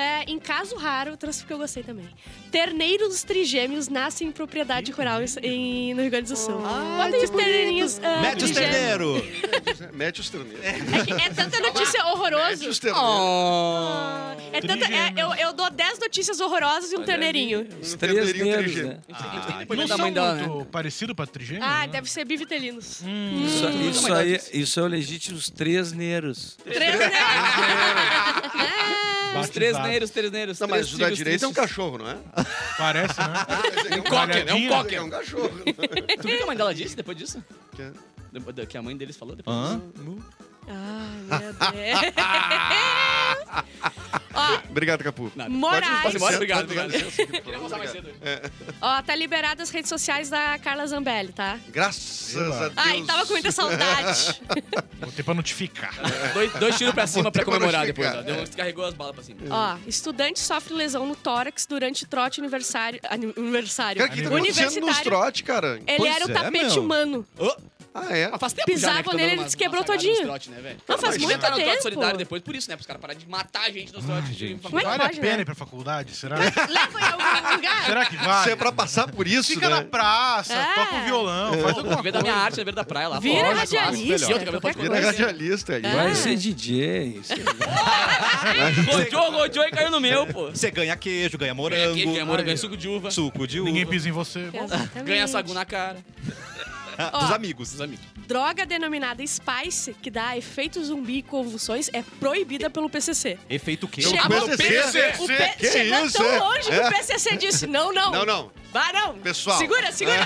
S4: É, em caso raro, trouxe porque eu gostei também. Terneiros trigêmeos nascem em propriedade rural em- em- no Rio Grande do Sul. Bota aí os terneirinhos. ah,
S1: Mete os
S4: trigêmeos.
S1: terneiros.
S2: né? Mete os terneiros.
S4: É, que é tanta notícia
S2: Mete os
S4: horrorosa.
S2: terneiros.
S3: Oh.
S4: É tanta, é, eu, eu dou 10 notícias horrorosas e um terneirinho.
S6: Os
S2: Um
S6: três
S2: terneirinho
S6: negros,
S2: trigêmeo.
S6: né?
S5: Ah, Não
S3: da
S5: são
S3: mãe
S5: muito
S3: dela, né?
S5: parecido pra trigêmeo?
S4: Ah,
S5: né?
S4: deve ser bivitelinos.
S6: Isso,
S3: Hum.
S6: isso aí, isso é o legítimo, os três negros.
S4: Três, É. né?
S3: Os
S5: Batizado.
S3: três neiros, três neiros.
S2: Não,
S3: três
S2: mas o da
S3: tigres,
S2: direita é um
S3: três-
S2: cachorro, não é?
S5: Parece, né?
S2: É um
S3: cocker, é um
S5: Olhadinha.
S3: cocker.
S2: É um cachorro.
S3: Tu viu o que a mãe dela disse depois disso?
S2: Que?
S3: Depois da- Que a mãe deles falou depois
S1: Hã?
S4: Ai, meu Deus. Ó,
S2: Obrigado, Capu.
S3: Não,
S4: Moraes.
S3: Pode ir embora, obrigado,
S2: Pode dar
S3: obrigado.
S2: licença, por favor.
S3: Queria voltar mais cedo.
S4: ó, tá liberado as redes sociais da Carla Zambelli, tá?
S2: Graças a Deus.
S4: Ai, tava com muita saudade.
S5: Botei pra notificar.
S4: é
S3: Dois, dois tiros pra cima pra
S2: Botei pra
S3: comemorar depois.
S2: notificar.
S3: Ó. Deu, descarregou as balas pra cima.
S4: Ó, estudante sofre lesão no tórax durante trote aniversário. ani- Aniversário.
S2: Cara, o que tá acontecendo nos
S4: universitário.
S2: trote, cara?
S4: Ele
S1: Pois
S4: era o
S1: é,
S4: tapete
S1: meu.
S4: humano.
S2: Ah, é?
S3: Mas faz tempo
S4: Pisavam
S3: já, né, que tá
S4: nele,
S3: dando
S4: ele
S3: umas-
S4: se quebrou
S3: umas sacadas
S4: todinho.
S3: nos trote, né, velho?
S4: Não, faz
S3: Eles
S4: muito
S3: inventaram o
S4: tempo.
S3: trote solidário depois por isso, né? Pros caras pararem de matar a gente nos trotes. de
S1: Ah, gente.
S3: faculdade.
S4: Como é que
S5: Vale a
S4: pode,
S5: pena
S4: né?
S5: ir pra faculdade? Será?
S4: Leva em algum lugar.
S5: Será que vale?
S2: Se é pra passar por isso,
S5: Fica na
S2: né? É.
S5: praça,
S4: É.
S5: toca um violão, faz alguma
S3: Vê
S5: coisa.
S3: da minha arte, vê da praia lá.
S4: Vira
S3: fora,
S4: radialista,
S3: claro. E outra, cabelo pode
S4: qualquer
S2: Vira
S4: coisa.
S2: radialista aí.
S6: Vai ser DJ. Isso. é
S3: Rodeou, rodeou e caiu no meu, pô.
S1: Você ganha queijo, ganha morango.
S3: Aquele que é mora, ganha suco de uva.
S1: Suco de uva.
S5: Ninguém pisa em você.
S4: Exatamente.
S3: Ganha sagu na cara.
S2: É,
S1: Dos amigos.
S3: Esses amigos.
S4: Droga denominada Spice, que dá efeito zumbi e convulsões, é proibida pelo PCC.
S1: Efeito o quê?
S4: Chega-
S2: O PCC.
S4: O P...
S2: Que
S4: Chegou
S2: isso,
S4: tão
S2: é?
S4: longe que
S2: É.
S4: o PCC disse: não, não.
S2: Não, não.
S4: Vá, não.
S2: Pessoal. É.
S4: Segura, segura.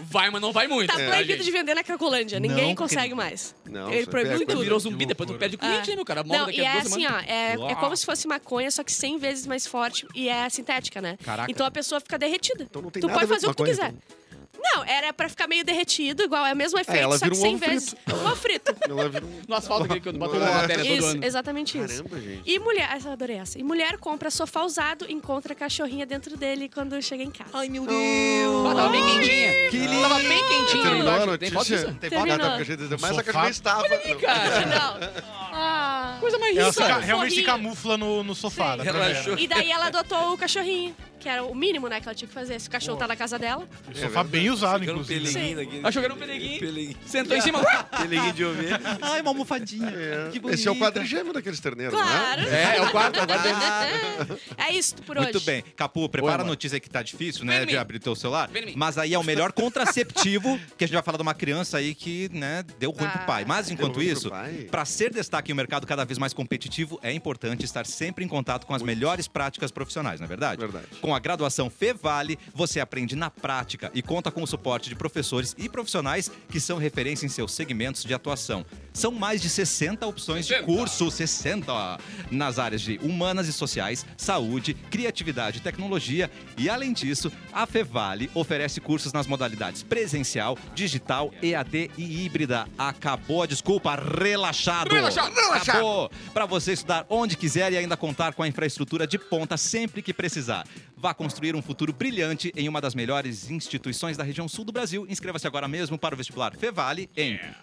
S3: Vai, mas não vai muito.
S4: Tá proibido de vender na Cracolândia. Ninguém
S1: Não,
S4: consegue mais.
S2: Não,
S4: Ele
S2: isso é
S4: proibiu
S2: pega-
S3: Tu
S4: tudo.
S3: virou zumbi,
S5: Que
S3: depois tu
S5: loucura.
S3: perde o
S4: Ah.
S3: cliente, né, meu cara? Morre
S4: Não,
S3: daqui
S4: e
S3: a
S4: é
S3: duas
S4: assim,
S3: semanas.
S4: ó, é, é como se fosse maconha, só que 100 vezes mais forte e é sintética, né?
S1: Caraca.
S4: Então a pessoa fica derretida.
S2: Então não tem
S4: tu
S2: nada a
S4: pode
S2: ver
S4: fazer
S2: com
S4: o que tu quiser.
S2: maconha,
S4: Não, era pra ficar meio derretido, igual, é o mesmo efeito,
S2: ela
S4: só que
S2: vira um
S4: 100
S2: ovo
S4: vezes.
S2: frito.
S4: Um ovo frito.
S2: Ela vira um-
S3: No asfalto aquele que eu boto
S6: É.
S3: na
S2: Nossa.
S3: matéria todo
S4: Isso,
S3: ano.
S4: exatamente isso.
S2: Caramba, gente.
S4: E mulher, essa eu adorei essa. E mulher compra sofá usado, encontra a cachorrinha dentro dele quando chega em casa.
S1: meu Deus.
S3: Ah, tava bem quentinha. Tava bem quentinha.
S2: Terminou a
S3: embaixo. Tem foto
S2: notícia?
S3: disso?
S2: Tem foto? Ah, tá, porque a gente- Mas a
S5: Sofá.
S2: cachorrinha estava.
S4: Cara, não. Ah.
S3: Coisa mais
S5: Ela
S4: Isso,
S5: se ca-
S4: um
S5: realmente se
S4: forrinho.
S5: camufla no, no sofá.
S4: Sim.
S5: dá pra ver. né?
S6: Relaxou.
S4: E daí ela adotou o cachorrinho, que era o mínimo, né, que ela tinha que fazer. Se o cachorro tá na casa dela.
S5: O
S3: é
S5: sofá bem usado,
S6: Jogando
S5: inclusive.
S6: peleguinho daqui.
S3: Ela jogando um peleguinho.
S6: Peleguinho.
S3: Sentou em cima.
S6: Peleguinho de ovelha.
S1: Ai, uma almofadinha.
S2: É.
S1: Que
S2: Esse é o
S1: bonita.
S2: quadrigêmeo daqueles terneiros,
S4: Claro.
S3: É, é o quarto, é o quarto deles.
S4: É isso por hoje.
S1: Muito bem. Capu,
S3: Oi,
S1: prepara a
S3: amor.
S1: notícia aí que tá difícil,
S3: Vem
S1: né,
S3: em
S1: de
S3: mim.
S1: abrir teu celular.
S3: Vem em mim.
S1: Mas aí é o melhor contraceptivo, que a gente vai falar de uma criança aí que, né, deu ruim pro
S4: Ah.
S1: pai. Mas, enquanto
S2: ruim pro
S1: isso,
S2: pai.
S1: para ser destaque em um mercado cada vez mais competitivo, é importante estar sempre em contato com as melhores práticas profissionais, não é verdade?
S2: Verdade.
S1: Com a graduação Fevale, você aprende na prática e conta com o suporte de professores e profissionais que são referência em seus segmentos de atuação. São mais de 60 opções de
S6: 60.
S1: curso, 60, ó, nas áreas de humanas e sociais, saúde, criatividade e tecnologia. E além disso, a Fevale oferece cursos nas modalidades presencial, digital, EAD e híbrida. Acabou a desculpa, relaxado.
S3: Relaxado, relaxado.
S1: Acabou. Para você estudar onde quiser e ainda contar com a infraestrutura de ponta sempre que precisar. Vá construir um futuro brilhante em uma das melhores instituições da região sul do Brasil. Inscreva-se agora mesmo para o vestibular Fevale em
S3: É.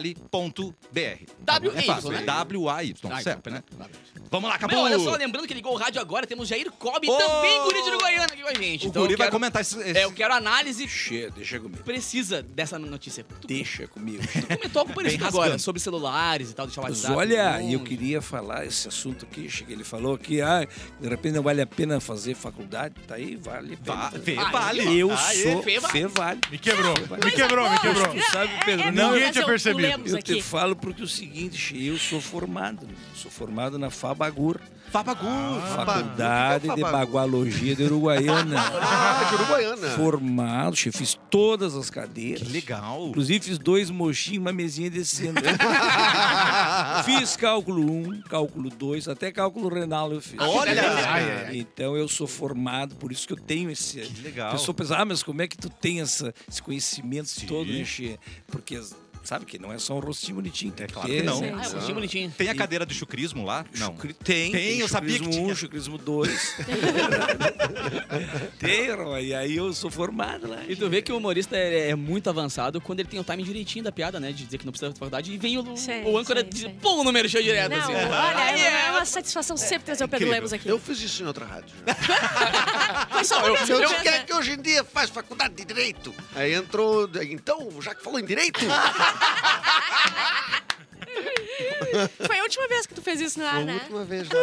S1: way.fevale.br. Tá bom? É fácil, né? W-A-Y.
S3: Ah, então
S1: certo, né? Vamos lá, acabou.
S3: tá, Meu, olha só, né? lembrando que ligou o rádio agora, temos Jair Cobb
S1: Ô!
S3: e também Guri de Uruguaiana aqui com a gente.
S1: o
S3: Então
S1: Guri
S3: eu
S1: vai
S3: quero-
S1: comentar esse... esse-
S3: É, eu quero análise
S6: Che, deixa comigo.
S3: precisa dessa notícia. Tu
S6: Deixa comigo.
S3: comentou algo parecido
S1: Bem
S3: agora,
S1: rasgando.
S3: sobre celulares e tal, deixar o
S6: Mas
S3: WhatsApp.
S6: olha,
S3: longe.
S6: e eu queria falar esse assunto aqui, Chico. Ele falou que ah, de repente não vale a pena fazer faculdade. Tá aí, vale a pena.
S1: Va-
S6: fazer.
S1: Fevale.
S6: Eu
S1: Aê.
S6: sou
S3: Fê vale.
S6: Fê Vale.
S5: Me quebrou, me
S4: Mas
S5: quebrou, me
S4: agora,
S5: quebrou.
S4: né,
S6: Sabe,
S4: é-
S6: Pedro,
S4: é
S6: ninguém
S4: bom
S5: tinha
S4: fazer o
S5: percebido.
S4: Lemos
S6: Eu
S4: aqui.
S6: te falo porque é o seguinte, Che, eu sou formado. né? Sou formado na Fabagur,
S1: Fabagu.
S6: Faculdade
S2: o que
S6: de
S2: que é Fabagur?
S6: Bagualogia de Uruguaiana.
S2: Ah, de Uruguaiana.
S6: formado, che, fiz todas as cadeiras.
S1: Que legal.
S6: Inclusive fiz dois mochinhos, uma mesinha descendo. fiz cálculo 1, um, cálculo 2, até cálculo renal eu fiz.
S1: Olha!
S5: Ai, ai, ai.
S6: Então eu sou formado, por isso que eu tenho esse.
S1: Que legal.
S6: A pessoa pensa, ah, mas como é que tu tem essa- esse conhecimento todo, né, Che? Porque sabe que não é só um rostinho bonitinho. tem
S1: É
S6: que
S1: claro
S6: ter,
S1: que não.
S6: né?
S3: Ah, eu achei bonitinho.
S1: Tem a cadeira do chucrismo lá? Não.
S6: Chucri- Tem,
S1: Tem, eu sabia que
S6: chucrismo
S1: tinha.
S6: um, chucrismo 2. tem, irmão, e aí eu sou formado lá.
S3: E tu vê que o humorista é, é muito avançado quando ele tem o timing direitinho da piada, né? De dizer que não precisa de faculdade. E vem o,
S4: Sim,
S3: o âncora
S4: sim,
S3: diz,
S4: sim.
S3: pum, o número show direto.
S4: Não,
S3: assim.
S4: olha,
S3: Ah,
S4: é
S3: yeah.
S4: uma satisfação sempre trazer o Pedro
S1: incrível.
S4: Lemos aqui.
S2: Eu fiz isso em outra rádio.
S4: Foi só uma vez
S2: Eu
S4: que
S2: disse,
S4: fez,
S2: quem é
S4: né?
S2: que hoje em dia faz faculdade de Direito? Aí entrou... Então, já que falou em Direito...
S4: Foi a última vez que tu fez isso
S1: Ah,
S4: no ar,
S2: Foi a
S4: né?
S2: última vez lá.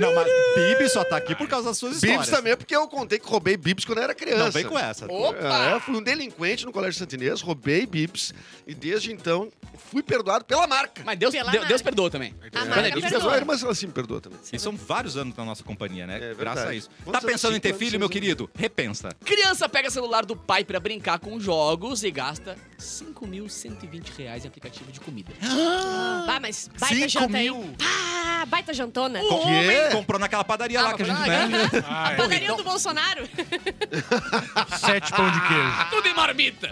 S1: Não, mas Bibi só tá aqui por causa das suas histórias.
S2: Bibs também, é porque eu contei que roubei Bibs quando eu era criança.
S1: Não, vem com essa.
S2: É, fui um delinquente no Colégio Santo Inês, roubei Bibs e desde então fui perdoado pela marca.
S3: Mas Deus,
S4: Pela
S3: Deus, Deus
S4: marca.
S3: perdoa também.
S4: A
S3: Quando
S4: marca
S3: é Bíblia,
S4: perdoa.
S2: A irmã assim me perdoa também.
S1: E são vários anos na nossa companhia, né?
S2: É verdade.
S1: Graças a isso.
S2: Quantos
S1: tá pensando
S2: anos?
S1: em ter
S2: Cinco
S1: filho,
S2: anos,
S1: meu
S2: seis
S1: querido? Repensa.
S3: Criança pega celular do pai pra brincar com jogos e gasta 5.120 reais em aplicativo de comida.
S4: Ah, mas baita janta aí. Ah, baita jantona.
S1: O homem comprou naquela padaria
S3: Ah,
S1: lá que a
S3: mas
S1: gente,
S3: foi lá,
S1: né?
S5: Ai,
S4: Padaria do Bolsonaro.
S5: Ah, é. sete pão de queijo.
S3: Tudo em marmita.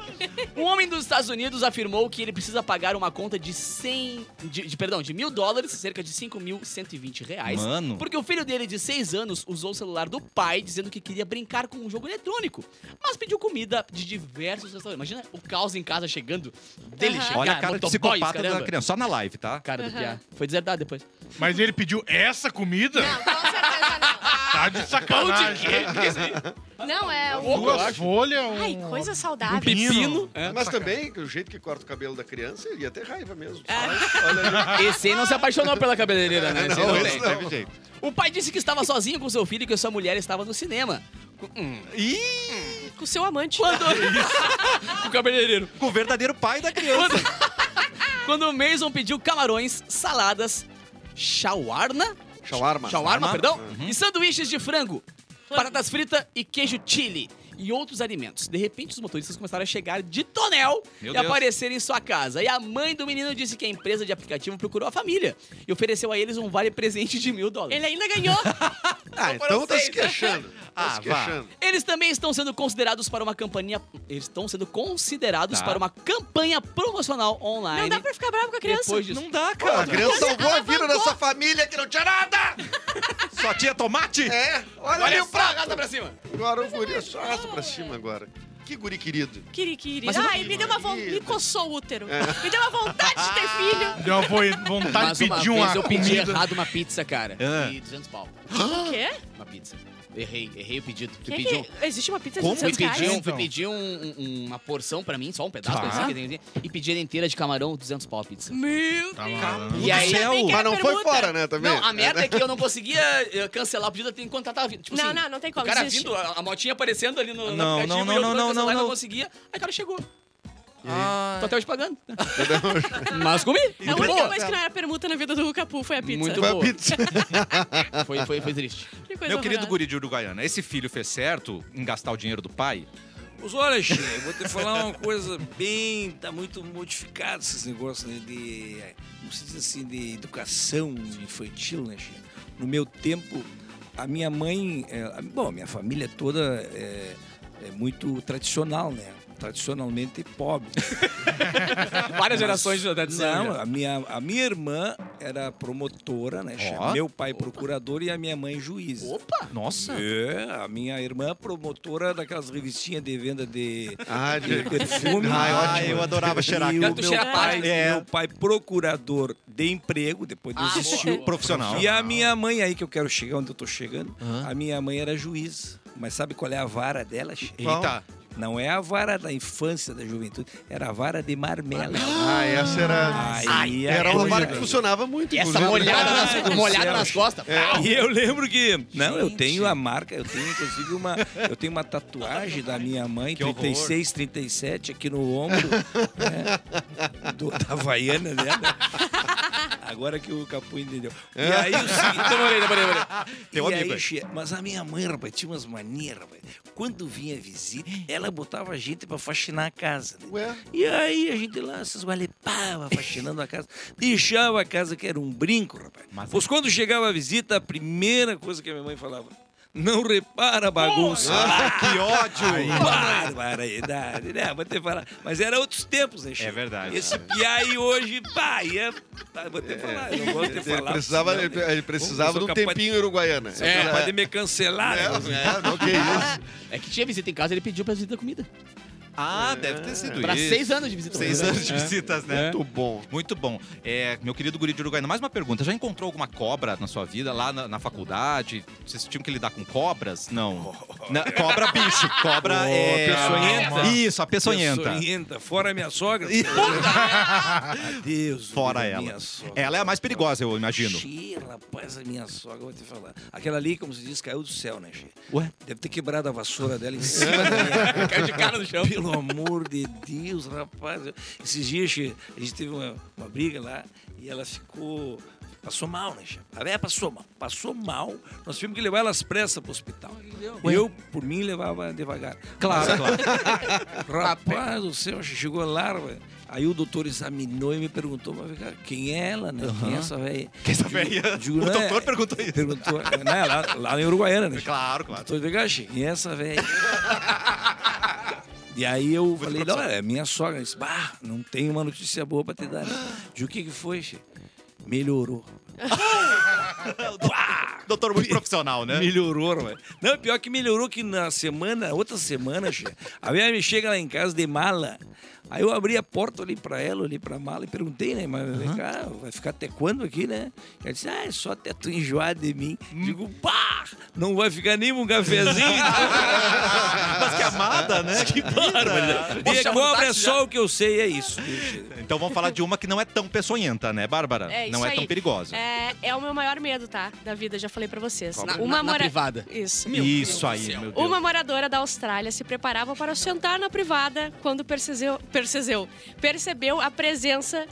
S3: Um homem dos Estados Unidos afirmou que ele precisa pagar uma conta de 100... De, de- perdão, de mil dólares, cerca de 5.120 reais.
S1: Mano.
S3: Porque o filho dele, de 6 anos, usou o celular do pai, dizendo que queria brincar com um jogo eletrônico. Mas pediu comida de diversos restaurantes. Imagina o caos em casa chegando, dele
S4: Aham.
S3: chegar,
S1: Olha a cara de
S3: motoboy,
S1: psicopata
S3: Ah, caramba.
S1: da criança. Só na live, tá?
S3: Cara do
S4: Aham.
S3: Piá. Foi deserdado depois.
S5: Mas ele pediu essa comida?
S4: Não, com certeza
S5: Tá de
S3: Pão de
S5: sacanagem.
S3: queijo, que isso aí?
S4: não. Não, é um...
S5: Duas folhas, um...
S4: Ai, coisa saudável.
S3: Pepino. É.
S2: Mas também, o jeito que corta o cabelo da criança, ele ia ter raiva mesmo.
S1: Ah.
S2: Olha ali.
S3: Esse aí não se apaixonou pela cabeleireira, né? Esse aí
S2: Não,
S3: não
S2: esse
S3: tem.
S2: não.
S1: Teve jeito.
S3: O pai disse que estava sozinho com seu filho e que sua mulher estava no cinema.
S4: Com seu amante.
S3: Quando... o cabeleireiro.
S1: Com o verdadeiro pai da criança.
S3: Quando o Mason pediu camarões, saladas, shawarma,
S2: Shawarma.
S3: shawarma,
S1: Shawarma. Uhum.
S3: perdão, e sanduíches de frango, batatas fritas e queijo chili e outros alimentos. De repente, os motoristas começaram a chegar de tonel
S1: Meu
S3: e
S1: Deus.
S3: aparecerem em sua casa. E a mãe do menino disse que a empresa de aplicativo procurou a família e ofereceu a eles um vale-presente de mil dólares.
S4: Ele é- ainda ganhou.
S2: Ah, então tá se queixando. Tá
S1: Ah,
S2: se
S1: vá.
S2: queixando.
S3: Eles também estão sendo considerados para uma campanha. Eles estão sendo considerados
S1: Tá.
S3: para uma campanha promocional
S4: Não
S3: online.
S4: dá pra ficar bravo com a criança.
S3: Ah, Depois disso.
S1: Não dá,
S2: Pô, a
S1: cara.
S2: criança salvou a vida dessa família que não tinha nada.
S1: Só tinha tomate?
S2: É,
S3: Olha
S2: olha, ali o
S3: só,
S2: prato.
S3: gata pra cima.
S2: Agora o guri é só arrasta pra cima agora. Que guri querido.
S4: Quiri, quiri.
S3: Mas eu não- É.
S4: Ai, me deu uma vontade. Me
S2: Querida.
S4: coçou o útero. Me deu uma vontade de
S3: Ah.
S4: ter filho.
S5: Deu uma vo- vontade
S3: Mas
S5: de
S3: uma
S5: pedir
S3: vez
S5: Tá uma
S3: eu pedi
S5: comida.
S3: errado uma pizza, cara.
S1: Ah.
S3: E 200 pau.
S4: O quê?
S3: Uma pizza. Errei, errei o pedido. um- Tu
S4: Quem é
S3: pediu...
S4: que- Existe uma pizza de
S1: Como?
S4: 200
S3: Fui
S4: reais?
S3: pedir, um-
S5: Então.
S3: fui pedir um- um- uma porção pra mim, só um pedaço,
S1: Tá.
S3: coisa assim, e pedi ela inteira de camarão, 200 pau a pizza.
S4: Meu
S5: Tá
S4: Deus.
S5: maluco.
S1: Do
S3: E aí-
S1: céu.
S4: Também quero-
S2: Mas é não foi
S4: permuta.
S2: fora, né, também?
S3: Não, a merda é que eu não conseguia eh, cancelar o pedido até enquanto ela tava vindo. Tipo
S4: Não,
S3: assim,
S4: não, não tem como,
S3: O cara
S4: existe.
S3: vindo, a, a motinha aparecendo ali no, no
S1: Não,
S3: aplicativo,
S1: não, não,
S3: e eu
S1: não,
S3: tentando
S1: não,
S3: cancelar e
S1: não.
S3: não conseguia. Aí o cara chegou.
S1: Ah,
S3: Tô até hoje pagando. Mas comi.
S4: A
S3: Muito
S4: única
S3: boa.
S4: coisa que não era permuta na vida do Capu foi a pizza.
S3: Muito
S2: Foi a
S3: boa.
S2: pizza.
S3: Foi, foi, foi triste.
S4: Que coisa
S1: Meu querido
S4: horrorosa.
S1: guri de Uruguaiana, esse filho fez certo em gastar o dinheiro do pai?
S6: Mas olha, Che, eu vou te falar uma coisa bem. Tá muito modificado esses negócios né, de. Como se diz assim, de educação infantil, né, Che? No meu tempo, a minha mãe. eh, a- bom, a minha família toda é, é muito tradicional, né? Tradicionalmente pobre.
S3: Várias gerações de tradição.
S6: Não, a minha, a minha irmã era promotora, né? Che?
S1: Ó.
S6: Meu pai procurador e a minha mãe juíza.
S3: Opa!
S1: Nossa.
S6: É, a minha irmã promotora daquelas revistinhas de venda de,
S2: Ah,
S6: de
S2: de...
S6: perfume.
S2: Ah, ótimo.
S1: eu adorava cheirar.
S6: E o
S1: cara.
S3: Tanto
S6: meu
S3: cheira
S6: pai,
S3: paz.
S1: É.
S6: meu pai procurador de emprego, depois
S3: Ah,
S6: desistiu.
S3: boa.
S1: Profissional.
S6: E a minha mãe, aí que eu quero chegar onde eu tô chegando,
S1: Aham.
S6: a minha mãe era juíza. Mas sabe qual é a vara dela, Che?
S1: Eita.
S6: Não é a vara da infância, da juventude, era a vara de marmela.
S2: Ah,
S5: é.
S2: essa era...
S6: Aí é a
S2: Era uma
S6: coisa-
S2: marca que funcionava muito,
S3: Essa
S2: inclusive. né?
S3: molhada
S6: Ah, É.
S3: nas,
S6: do
S3: molhada
S6: céu.
S3: nas costas.
S6: E eu lembro que. Não, eu
S3: Gente.
S6: tenho a marca, eu tenho inclusive uma. Eu tenho uma tatuagem da minha mãe,
S1: Que horror.
S6: 36, 37, aqui no ombro. né, do, da Havaiana dela. Agora que o Capu entendeu. E
S2: É.
S6: aí o seguinte. Demorei, demorei, demorei.
S1: Teu amigo aí.
S6: mas a minha mãe, rapaz, tinha umas manias, rapaz. Quando vinha visita, ela botava a gente pra faxinar a casa. né?
S2: Ué?
S6: E aí a gente lá se esgualepava, faxinando a casa. Deixava a casa que era um brinco, rapaz.
S1: Mas-
S6: pois quando chegava a visita, a primeira coisa que a minha mãe falava, não repara a bagunça. Ah,
S1: Que ódio.
S6: Aí, Barbaridade, né? Vou te falar. Mas era outros tempos, né, Chico?
S1: É verdade.
S6: Esse piai hoje, pá, ia... tá, vou te falar, eu não vou te
S2: É. Ele
S6: falar.
S2: precisava,
S6: senão,
S2: ele,
S6: né?
S2: ele precisava
S6: Eu
S2: de
S6: sou
S2: um
S6: capaz de-
S2: tempinho uruguaiana.
S6: Você é capaz de me cancelar. né?
S2: É, não, que isso.
S3: É que tinha visita em casa, ele pediu pra visita comida.
S1: Ah, deve ter sido
S3: Pra
S1: isso.
S3: seis anos de visita.
S1: Seis
S3: comida.
S1: anos de visitas, né?
S2: É. Muito bom.
S1: Muito bom. É, meu querido guri de Uruguaiana, mais uma pergunta. Já encontrou alguma cobra na sua vida, lá na, na faculdade? Vocês tinham que lidar com cobras? Não. Na- cobra bicho. Cobra
S6: Oh,
S1: é...
S6: peçonhenta.
S1: Isso, a peçonhenta.
S6: Peçonhenta, Fora minha sogra. Adeus.
S1: Fora
S6: vida,
S1: ela.
S6: Minha sogra.
S1: Ela é a mais perigosa, eu imagino.
S6: Xê, rapaz, a minha sogra, vou te falar. Aquela ali, como se diz, caiu do céu, né, Xê?
S1: Ué?
S6: Deve ter quebrado a vassoura dela em cima. da
S3: Caiu de cara no chão.
S6: minha- Pelo amor de Deus, rapaz. Esses dias, Xê, a gente teve uma, uma briga lá e ela ficou... Passou mal, né, Xê? A velha passou mal. Passou mal. Nós tivemos que levar ela às pressas pro hospital. Eu, por mim, levava devagar.
S1: Claro, claro.
S6: Rapaz do céu, chegou lá, velho. aí o doutor examinou e me perguntou, mas cara, quem é ela, né? Quem é essa velha?
S1: Quem é essa
S6: Digo-
S1: velha?
S6: digo,
S1: O
S6: "Não,
S1: doutor
S6: é-
S1: perguntou isso."
S6: Perguntou, né, lá, lá em Uruguaiana, né?
S1: Claro, claro.
S6: Doutor Degache, quem é essa velha? E aí eu falei, não, é minha sogra. Eu Disse, bah, não tem uma notícia boa pra te dar. Digo, o que que foi, che? Melhorou.
S1: Doutor muito profissional, né?
S6: Melhorou, velho. Não, pior que melhorou que na semana, outra semana, che, a minha me chega lá em casa de mala. Aí eu abri a porta ali pra ela, olhei pra mala e perguntei, né? Mas vem cá, vai ficar até quando aqui, né? Ela disse, ah, é só até tu enjoar de mim.
S1: Hum.
S6: Digo, pá, não vai ficar nem um cafezinho. então."
S1: Mas que amada, né? Que
S6: Bárbara.
S3: Posso
S6: E
S2: tá
S3: chamar um
S6: cobra é
S3: táxi
S6: só o que eu sei, é isso. bicho.
S1: Então vamos falar de uma que não é tão peçonhenta, né, Bárbara?
S4: É, isso
S1: não é
S4: aí.
S1: tão perigosa.
S4: É, é o meu maior medo, tá? Da vida, já falei pra vocês.
S3: Na- na-
S4: Uma
S3: na
S4: mora-
S3: privada.
S4: Isso.
S1: Isso aí, meu Deus.
S4: Uma moradora da Austrália se preparava para sentar na privada quando percebeu, percebeu, percebeu a presença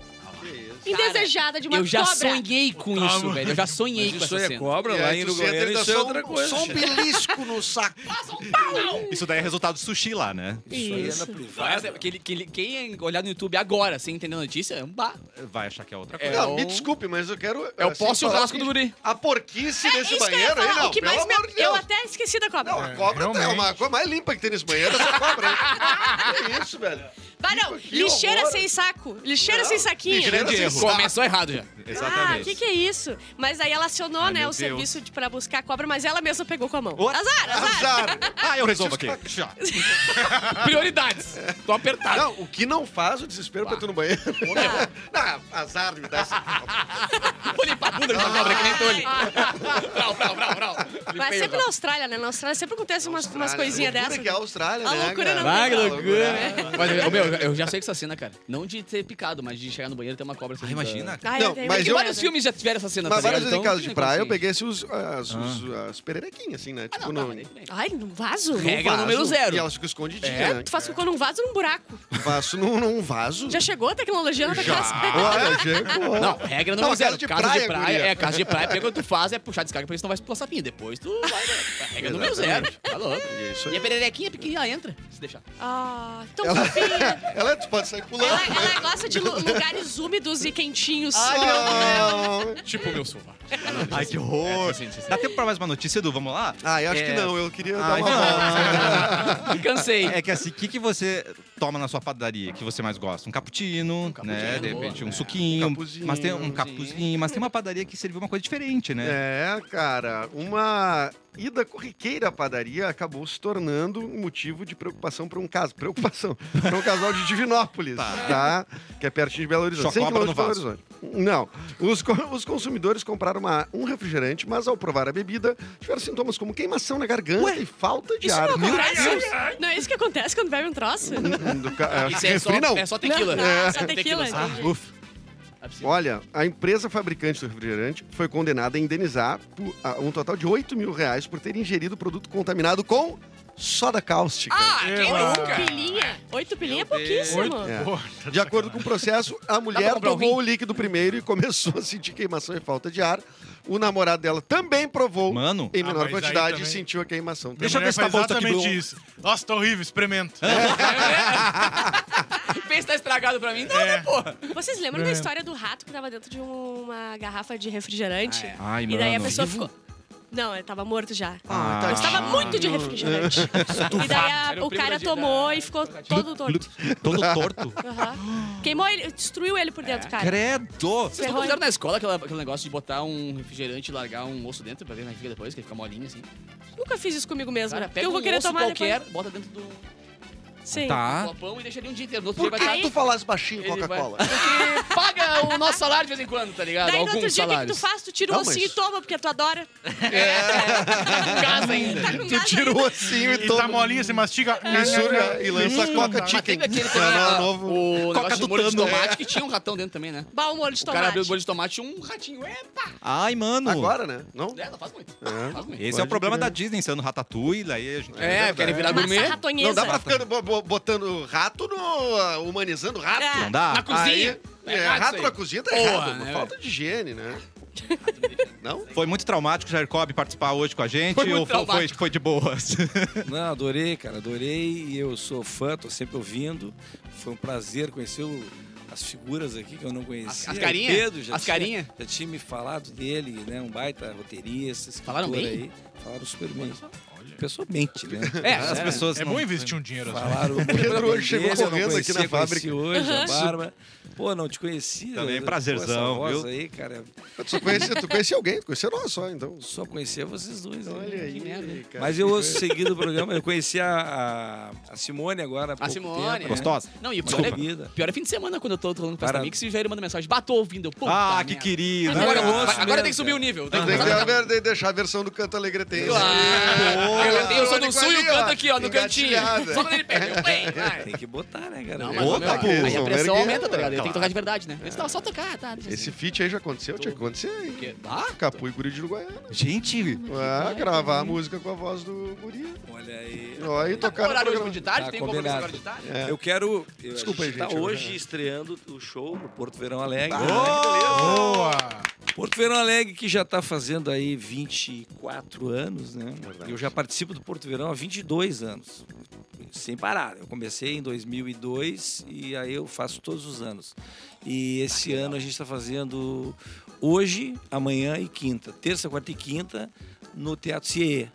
S4: indesejada de uma
S3: Eu já
S4: cobra.
S3: sonhei com isso, velho. Eu já sonhei
S6: Mas
S3: com
S6: isso
S3: essa
S6: aí é
S3: cena.
S6: cobra
S2: E
S6: lá
S2: aí
S6: em
S2: tu senta
S6: Uruguaiana,
S2: ainda
S6: isso é
S2: só
S6: outra
S2: um-
S6: coisa.
S2: Só um
S6: che.
S2: belisco no saco.
S1: Isso daí é resultado do sushi lá, né?
S6: Isso aí é na
S4: Isso.
S3: Não, essa-
S6: privada.
S3: que ele- que ele- quem olhar no YouTube agora, sem entender a notícia, é um bar.
S1: Vai achar que é outra coisa.
S3: É
S2: não,
S3: o-
S2: me desculpe, mas eu quero...
S3: É o
S2: assim,
S3: posse e o
S2: falar
S3: rasgo do guri.
S2: A porquice
S4: É
S2: desse
S4: isso que eu ia
S2: banheiro aí,
S4: falar.
S2: não.
S4: O que
S2: pelo
S4: mais me...
S2: amor de
S4: Eu
S2: Deus.
S4: até esqueci da cobra.
S2: Não, a cobra é,
S5: realmente.
S2: uma coisa mais limpa que tem nesse banheiro, essa cobra aí. Que isso, velho.
S4: Vai não,
S2: Que
S4: lixeira
S2: horror.
S4: sem saco. Lixeira sem saquinho.
S1: lixeira Grande erro.
S3: Começou errado já.
S4: Ah, o que, que é isso? Mas aí ela acionou,
S1: Ai,
S4: né,
S1: meu
S4: o
S1: Deus.
S4: serviço de, pra buscar a cobra, mas ela mesma pegou com a mão.
S1: Ô,
S4: Azar, azar.
S2: Azar.
S1: Ah, eu resolvo aqui.
S3: Prioridades. Tô apertado.
S2: Não, o que não faz o desespero pra tu ir no banheiro. Não, é um azar de me dar essa.
S3: Vou limpar a bunda dessa cobra que nem tô ali. Brau, brau, brau, brau.
S4: Mas
S3: Limpei,
S4: sempre na
S3: brau.
S4: Austrália, né? Na Austrália sempre acontece umas, umas coisinhas
S2: Loucura
S4: dessas.
S2: que é a Austrália,
S4: A
S2: né?
S4: loucura
S2: cara?
S4: não
S3: Ah, que
S4: Ah,
S3: loucura. Mas, eu- meu, eu já sei que essa cena, cara. Não de ter picado, mas de chegar no banheiro e ter uma cobra.
S1: Ah, imagina.
S4: Ai,
S2: Não,
S4: eu
S2: mas
S4: tenho muito
S3: Porque
S2: eu-
S4: medo.
S3: vários filmes já tiveram essa cena,
S2: Mas
S3: tá
S2: várias vezes
S3: ligado?
S2: em casa
S3: Então, Ah.
S2: de praia eu
S3: consciente.
S2: peguei esses, os- as, os- as pererequinhas, assim,
S4: Tá
S2: né? Tipo,
S3: Ah,
S2: no,
S3: não, mas nem-
S4: Ai, num vaso?
S2: num
S3: Regra número zero.
S2: E elas ficam escondidinhas,
S3: É,
S2: né?
S4: Tu faz cocô num um vaso ou num buraco?
S2: Faço num, num vaso.
S4: Já chegou a tecnologia na tua casa?
S2: Olha, é chegou.
S3: Não, regra número
S2: Não,
S3: zero.
S2: casa de
S3: casa de
S2: praia,
S3: praia,
S2: guria.
S3: é casa de praia. Pega o que tu faz, é puxar descarga, porque senão vai expulsar sapinho. Depois tu vai. né? Regra número zero. Tá louco.
S2: E é isso
S3: E a
S2: aí.
S3: pererequinha pequenininha entra, se deixar.
S4: Ah, tão
S2: Ela,
S4: fofinha.
S2: ela é, tu pode sair pulando.
S4: Ela, ela gosta de lu- lugares úmidos e quentinhos.
S2: Ah,
S3: Tipo o meu sofá.
S1: Ai, que horror.
S3: Sim, sim, sim.
S1: Dá tempo pra mais uma notícia, Edu? Vamos lá?
S2: ah, eu acho que
S1: É.
S2: não. Eu queria
S1: Ah,
S2: dar uma volta. Ah.
S3: Me cansei.
S1: É que assim, o que, que você toma na sua padaria que você mais gosta? Um cappuccino, né?
S3: cappuccino,
S1: De repente,
S3: boa.
S1: um suquinho.
S2: Capuzinho.
S1: mas tem um
S3: Capuzinho.
S1: capuzinho, mas tem uma padaria que serviu uma coisa diferente, né?
S2: É, cara, uma ida corriqueira à padaria acabou se tornando um motivo de preocupação para um caso. Preocupação. Para um casal de Divinópolis, tá? Que é pertinho de Belo Horizonte.
S1: Só cobra
S2: quilômetros de Belo Horizonte. Não. Os, co- os consumidores compraram uma- um refrigerante, mas ao provar a bebida, tiveram sintomas como queimação na garganta e falta de
S4: Isso
S2: ar. Hum,
S4: não é acontece? Não é isso que acontece quando bebe um troço?
S2: Do ca- acho
S3: Isso
S2: que
S3: é só,
S2: refri não.
S3: é só tequila.
S4: Não, ah, só tequila,
S3: só.
S4: entendi.
S2: Olha, a empresa fabricante do refrigerante foi condenada a indenizar por, a, um total de 8 mil reais por ter ingerido produto contaminado com soda cáustica.
S3: Ah, quem
S5: Eu-
S3: nunca?
S5: Cara.
S4: Pilinha. Oito pilinha é
S1: Meu Deus.
S4: pouquíssimo.
S5: Oito-
S2: É.
S5: Porra,
S2: de acordo com o processo, a mulher
S3: comprar um
S2: tomou o líquido primeiro e começou a sentir queimação e falta de ar. O namorado dela também provou
S1: Mano.
S2: em
S5: Ah,
S2: menor
S5: mas aí
S2: quantidade e
S5: também-
S2: sentiu a queimação. também.
S5: Deixa eu ver se
S1: bom
S5: tá
S1: isso aqui,
S5: exatamente
S1: Bruno.
S5: isso. Nossa, tá horrível, experimenta.
S3: Pensa tá estragado pra mim. Não,
S5: É.
S3: né, porra?
S4: Vocês lembram
S5: É.
S4: da história do rato que tava dentro de um, uma garrafa de refrigerante?
S1: Ah, é. Ai,
S4: e daí
S1: mano.
S4: a pessoa
S1: Vivo?
S4: ficou... Não, ele tava morto já.
S2: Ah,
S1: Ah.
S4: Eu estava
S2: tadinho.
S4: muito de refrigerante. e daí a-
S3: Era o
S4: o
S3: primo
S4: cara
S3: da- da-
S4: tomou
S3: da-
S4: e ficou todo torto.
S1: Todo torto.
S4: Aham. Queimou ele, destruiu ele por dentro, cara.
S1: Credo!
S3: Vocês
S4: Ferrou.
S3: não fizeram na escola aquela- aquele negócio de botar um refrigerante e largar um osso dentro pra ver como é que fica depois, que ele fica molinho assim?
S4: Nunca fiz isso comigo mesmo.
S3: Cara,
S4: porque
S3: pega
S4: eu vou
S3: um
S4: querer
S3: osso
S4: tomar
S3: qualquer,
S4: depois.
S3: bota dentro do
S4: Sim.
S1: Tá.
S3: copão e deixa ali um dia inteiro. No outro
S2: Por
S3: dia
S2: que
S3: vai
S2: tu falas baixinho
S3: Ele
S2: Coca-Cola?
S3: vai- Ah, Porque paga o nosso salário de vez em quando, tá ligado?
S4: Daí no
S3: Alguns
S4: outro dia, o que que,
S3: salários.
S4: tu faz? Tu tira o
S2: Não,
S4: ossinho
S2: mas-
S4: e toma, porque tu adora.
S3: É. Em casa ainda.
S4: Tá com
S2: Tu
S4: gás
S2: tirou o
S4: ainda.
S2: ossinho e
S5: E tá
S2: toma. um
S5: molinha, você mastiga.
S2: Mistura e lança Coca
S3: Mas
S2: Chicken.
S3: teve aquele
S2: Não,
S3: também,
S2: não,
S3: ah,
S2: novo.
S3: o
S1: Coca
S3: negócio de
S1: do
S3: molho de
S1: Tano.
S3: tomate, que tinha um ratão dentro também, né?
S4: Bah, o molho de
S3: O cara
S4: tomate.
S3: abriu o molho de tomate e um ratinho. É, pá!
S1: Ai, mano.
S2: Agora, né? Não?
S3: É, não faz muito.
S2: É.
S3: Faz muito.
S1: Esse é
S2: Pode
S1: o problema
S2: crer.
S1: da Disney, sendo Ratatouille, daí a gente...
S3: É, querem virar
S4: Massa
S3: gourmet.
S4: ratonhesa.
S2: Não dá pra ficar bo- bo- botando rato no. ah, humanizando rato.
S4: É.
S1: Não dá?
S3: Na cozinha.
S2: Aí, é,
S3: errado isso
S2: rato
S3: aí.
S2: na cozinha tá
S3: Porra,
S2: errado.
S3: né,
S2: falta de higiene, né? Não?
S1: Foi muito traumático, Jair Cobb, participar hoje com a gente
S3: Foi muito
S1: ou foi, foi,
S3: traumático.
S1: foi de boas?
S6: Não, adorei, cara, adorei. E eu sou fã, tô sempre ouvindo. Foi um prazer conhecer o- as figuras aqui que eu não conhecia.
S3: As- as
S6: O
S3: carinhas?
S6: Pedro já
S3: As
S6: tinha,
S3: carinhas?
S6: Já tinha me falado dele, né? Um baita roteirista, escritor
S3: Falaram bem?
S6: aí. Falaram super bem. Pessoa mente, né?
S3: É,
S1: As pessoas
S5: É
S1: não...
S5: bom investir um dinheiro assim.
S6: Falaram muito
S2: Pedro
S6: bem
S2: hoje chegou
S6: dele, eu não
S2: correndo aqui
S6: conhecia,
S2: na fábrica.
S6: conheci hoje, a Bárbara. Pô, não te conhecia. né?
S1: Também, é
S6: Pô,
S1: prazerzão,
S6: essa voz
S1: viu?
S6: aí, cara, é
S2: Tu só conhecia, tu conhecia alguém, tu conhecia nós só, então.
S6: só conhecia vocês dois. né?
S2: Olha aí,
S3: merda.
S2: cara.
S6: Mas eu ouço seguido o programa. Eu conheci a, a- a Simone agora. há
S3: A
S6: pouco
S3: Simone.
S6: tempo, né?
S1: Gostosa?
S3: Não, e o pior
S6: Desculpa.
S3: é, pior é fim de semana quando eu tô falando com o
S6: Para-
S3: Mix e o Jair manda mensagem. Batou ouvindo. Eu, puta
S1: Ah, que
S3: merda.
S1: querido.
S3: Agora,
S6: Não, eu ouço
S3: agora
S6: mesmo,
S3: tem que subir
S6: cara.
S3: o nível. Tem que
S2: Tem que
S3: botar-
S2: ter- de- deixar a versão do canto alegretense.
S3: Claro! Eu, eu sou do sul e o canto aqui, ó, no cantinho.
S2: Engatilhada.
S3: Só quando ele pega. eu, bem, vai.
S6: Tem que botar, né, cara?
S3: Não,
S6: Eu
S3: mas
S6: vou
S1: Ô,
S3: ó,
S1: Outra,
S3: meu,
S1: tá,
S2: pô,
S3: aí a
S2: vamos
S3: pressão
S2: erguer.
S3: aumenta, tá ligado? Ele tem que
S2: Claro.
S3: tocar de verdade, né? Ele não, só tocar, tá? Não sei
S2: Esse
S3: se-
S2: feat aí já aconteceu? Tinha que acontecer, hein?
S3: Porque- Ah,
S2: Capu e Guri de Uruguaiana.
S1: Gente,
S2: Ah, gravar a música com a voz do Guri.
S6: Olha aí.
S2: Ó, e tocar no
S3: horário hoje
S2: programa.
S3: de tarde,
S6: Tá,
S3: tem como agora
S6: combinado.
S3: de tarde.
S2: É.
S6: Eu quero. Eu,
S2: Desculpa
S6: Desculpa,
S2: aí,
S6: a gente. Tá
S2: gente, eu-
S6: hoje estreando o show no Porto Verão Alegre.
S5: Boa!
S6: Porto Verão Alegre, que já tá fazendo aí 24 anos, né? Eu já participo do Porto Verão há 22 anos, sem parar. Eu comecei em 2002 e aí eu faço todos os anos. E esse ano a gente está fazendo hoje, amanhã e quinta. Terça, quarta e quinta no Teatro CIE.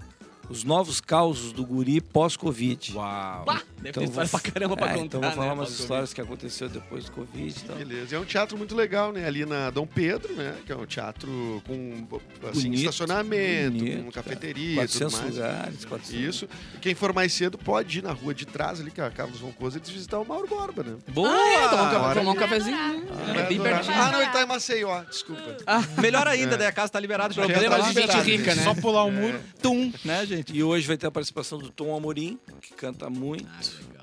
S6: Os novos causos do guri pós-Covid.
S1: Uau.
S3: Bah, Deve ter história pra caramba pra
S6: Ah,
S3: contar.
S6: Então vou falar
S3: né,
S6: umas
S3: Paulo
S6: histórias que aconteceu depois do Covid então. e tal.
S2: Beleza. E é um teatro muito legal, né? Ali na Dom Pedro, né? Que é um teatro com assim,
S6: Bonito,
S2: estacionamento,
S6: bonito,
S2: com
S6: cara.
S2: cafeteria e tudo
S6: 400
S2: mais.
S6: lugares, né? 400.
S2: Isso. E quem for mais cedo pode ir na rua de trás ali, que é a Carlos Voncosa, e visitar o Mauro Borba, né?
S3: Gomes. Ah, é, tomar um,
S2: Agora
S3: ca- tomar um
S4: ele vai
S3: cafezinho. é
S4: adorar.
S2: Vai
S3: bem
S2: adorar.
S3: pertinho. Ah,
S2: Ah, não, ele tá em Maceió. Desculpa. É.
S1: Melhor ainda,
S3: né?
S1: daí a casa tá liberada. já
S2: Problema
S1: entra
S3: Problemas
S1: lá.
S3: de gente
S2: liberado,
S3: rica, né?
S5: Só pular o muro.
S1: Tum, né, gente?
S6: E hoje vai ter a participação do Tom Amorim, que canta muito.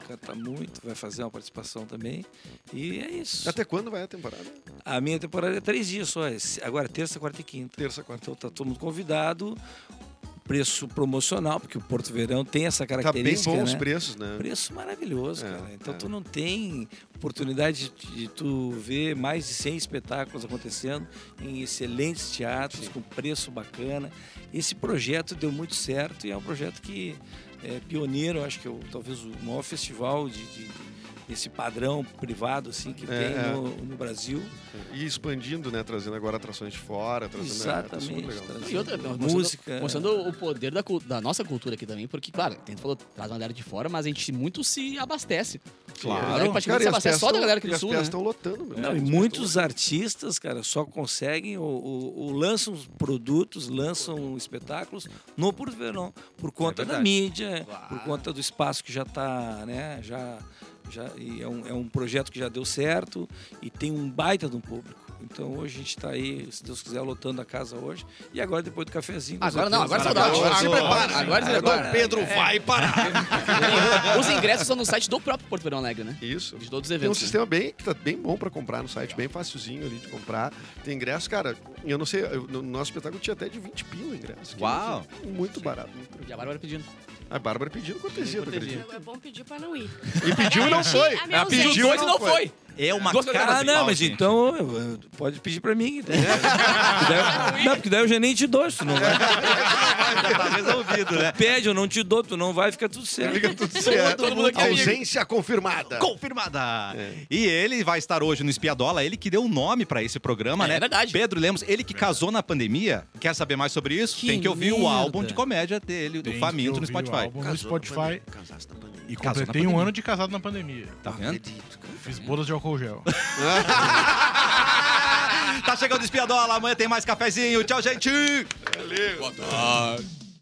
S6: Canta muito, vai fazer uma participação também. E é isso.
S2: Até quando vai a temporada?
S6: A minha temporada é três dias só. é se- Agora é terça, quarta e quinta.
S2: Terça, quarta.
S6: Então tá todo mundo convidado. Preço promocional, porque o Porto Verão tem essa
S2: Tá bem
S6: característica.
S2: bons os
S6: né?
S2: preços, né?
S6: Preço maravilhoso,
S2: É,
S6: cara. Então
S2: é.
S6: tu não tem oportunidade de, de tu ver mais de 100 espetáculos acontecendo em excelentes teatros, com preço bacana. Esse projeto deu muito certo e é um projeto que é pioneiro, eu acho que é o, talvez o maior festival de, de- desse padrão privado assim que
S2: é.
S6: tem no, no Brasil.
S2: E expandindo, né? Trazendo agora atrações de fora, trazendo tá sendo
S6: Exatamente.
S2: legal.
S6: trazendo
S3: E outra, mostrando-
S6: música. é.
S3: Mostrando o poder da, cu- da nossa cultura aqui também, porque, claro, a gente falou, traz uma galera de fora, mas a gente muito se abastece. A galera praticamente
S2: Cara, e
S3: se
S2: as
S3: abastece só da
S2: festas-
S3: galera aqui
S2: e
S3: do
S2: as
S3: sul, né?
S2: festas estão lotando, meu.
S6: Não, e muitos artistas, cara, só conseguem ou, ou- ou lançam produtos, lançam espetáculos no Porto Verão, por conta da
S1: verdade.
S6: mídia, é, por conta do espaço que já está, né, já, já e é, um, é um projeto que já deu certo e tem um baita de um público. Então hoje a gente está aí, se Deus quiser, lotando a casa hoje e agora depois do cafezinho. com
S3: Agora não,
S6: certeza.
S3: agora é saudade.
S2: Agora se prepara.
S3: Agora se
S2: Agora
S3: prepara.
S2: o Pedro
S6: vai parar.
S3: Os ingressos são no site do próprio Porto Verão Alegre, né?
S2: Isso.
S3: De todos os
S2: Tem um
S3: eventos. né?
S2: sistema bem, que tá bem bom pra comprar no site, bem facilzinho ali de comprar. Tem ingresso, cara, eu não sei, eu- no nosso espetáculo tinha até de 20 pila o ingresso. que
S1: Uau.
S2: eu achei Muito barato. muito
S3: E a
S2: tranquilo.
S3: Bárbara pedindo.
S2: A Bárbara pediu cortesia, tu
S3: Cortesia.
S2: acredita?
S4: É bom pedir pra não ir.
S2: E pediu e não foi.
S4: A minha
S2: Ela
S4: ausência.
S2: pediu
S3: Hoje não foi.
S1: É uma
S3: Duas
S1: cara
S6: Ah,
S1: de
S6: não,
S1: pau,
S6: mas
S1: gente.
S6: então eu- eu- pode pedir pra mim. Então. Porque daí- não, porque daí eu já nem te dou, se tu não vai.
S1: Já tá resolvido, né?
S6: Pede, eu não te dou, tu não vai, fica tudo certo.
S2: Liga tudo certo.
S3: todo mundo aqui é amigo.
S2: Ausência confirmada.
S1: Confirmada! E ele vai estar hoje no Espiadola, ele que deu o nome pra esse programa,
S3: É,
S1: né?
S3: é verdade.
S1: Pedro Lemos, ele que casou na pandemia. Quer saber mais sobre isso?
S3: Que
S1: Tem que ouvir o
S3: merda.
S1: álbum de comédia dele, do
S5: Tem
S1: Faminto, no
S5: que ouvir o
S1: Spotify.
S5: álbum No Spotify.
S2: Casaste na pandemia.
S5: E
S1: Casou na
S5: completei um
S1: pandemia.
S5: ano de casado na pandemia.
S1: Tá vendo?
S5: Fiz bolas de álcool gel.
S1: Tá chegando o Espiadola, amanhã tem mais cafezinho. Tchau, gente!
S3: Boa tarde.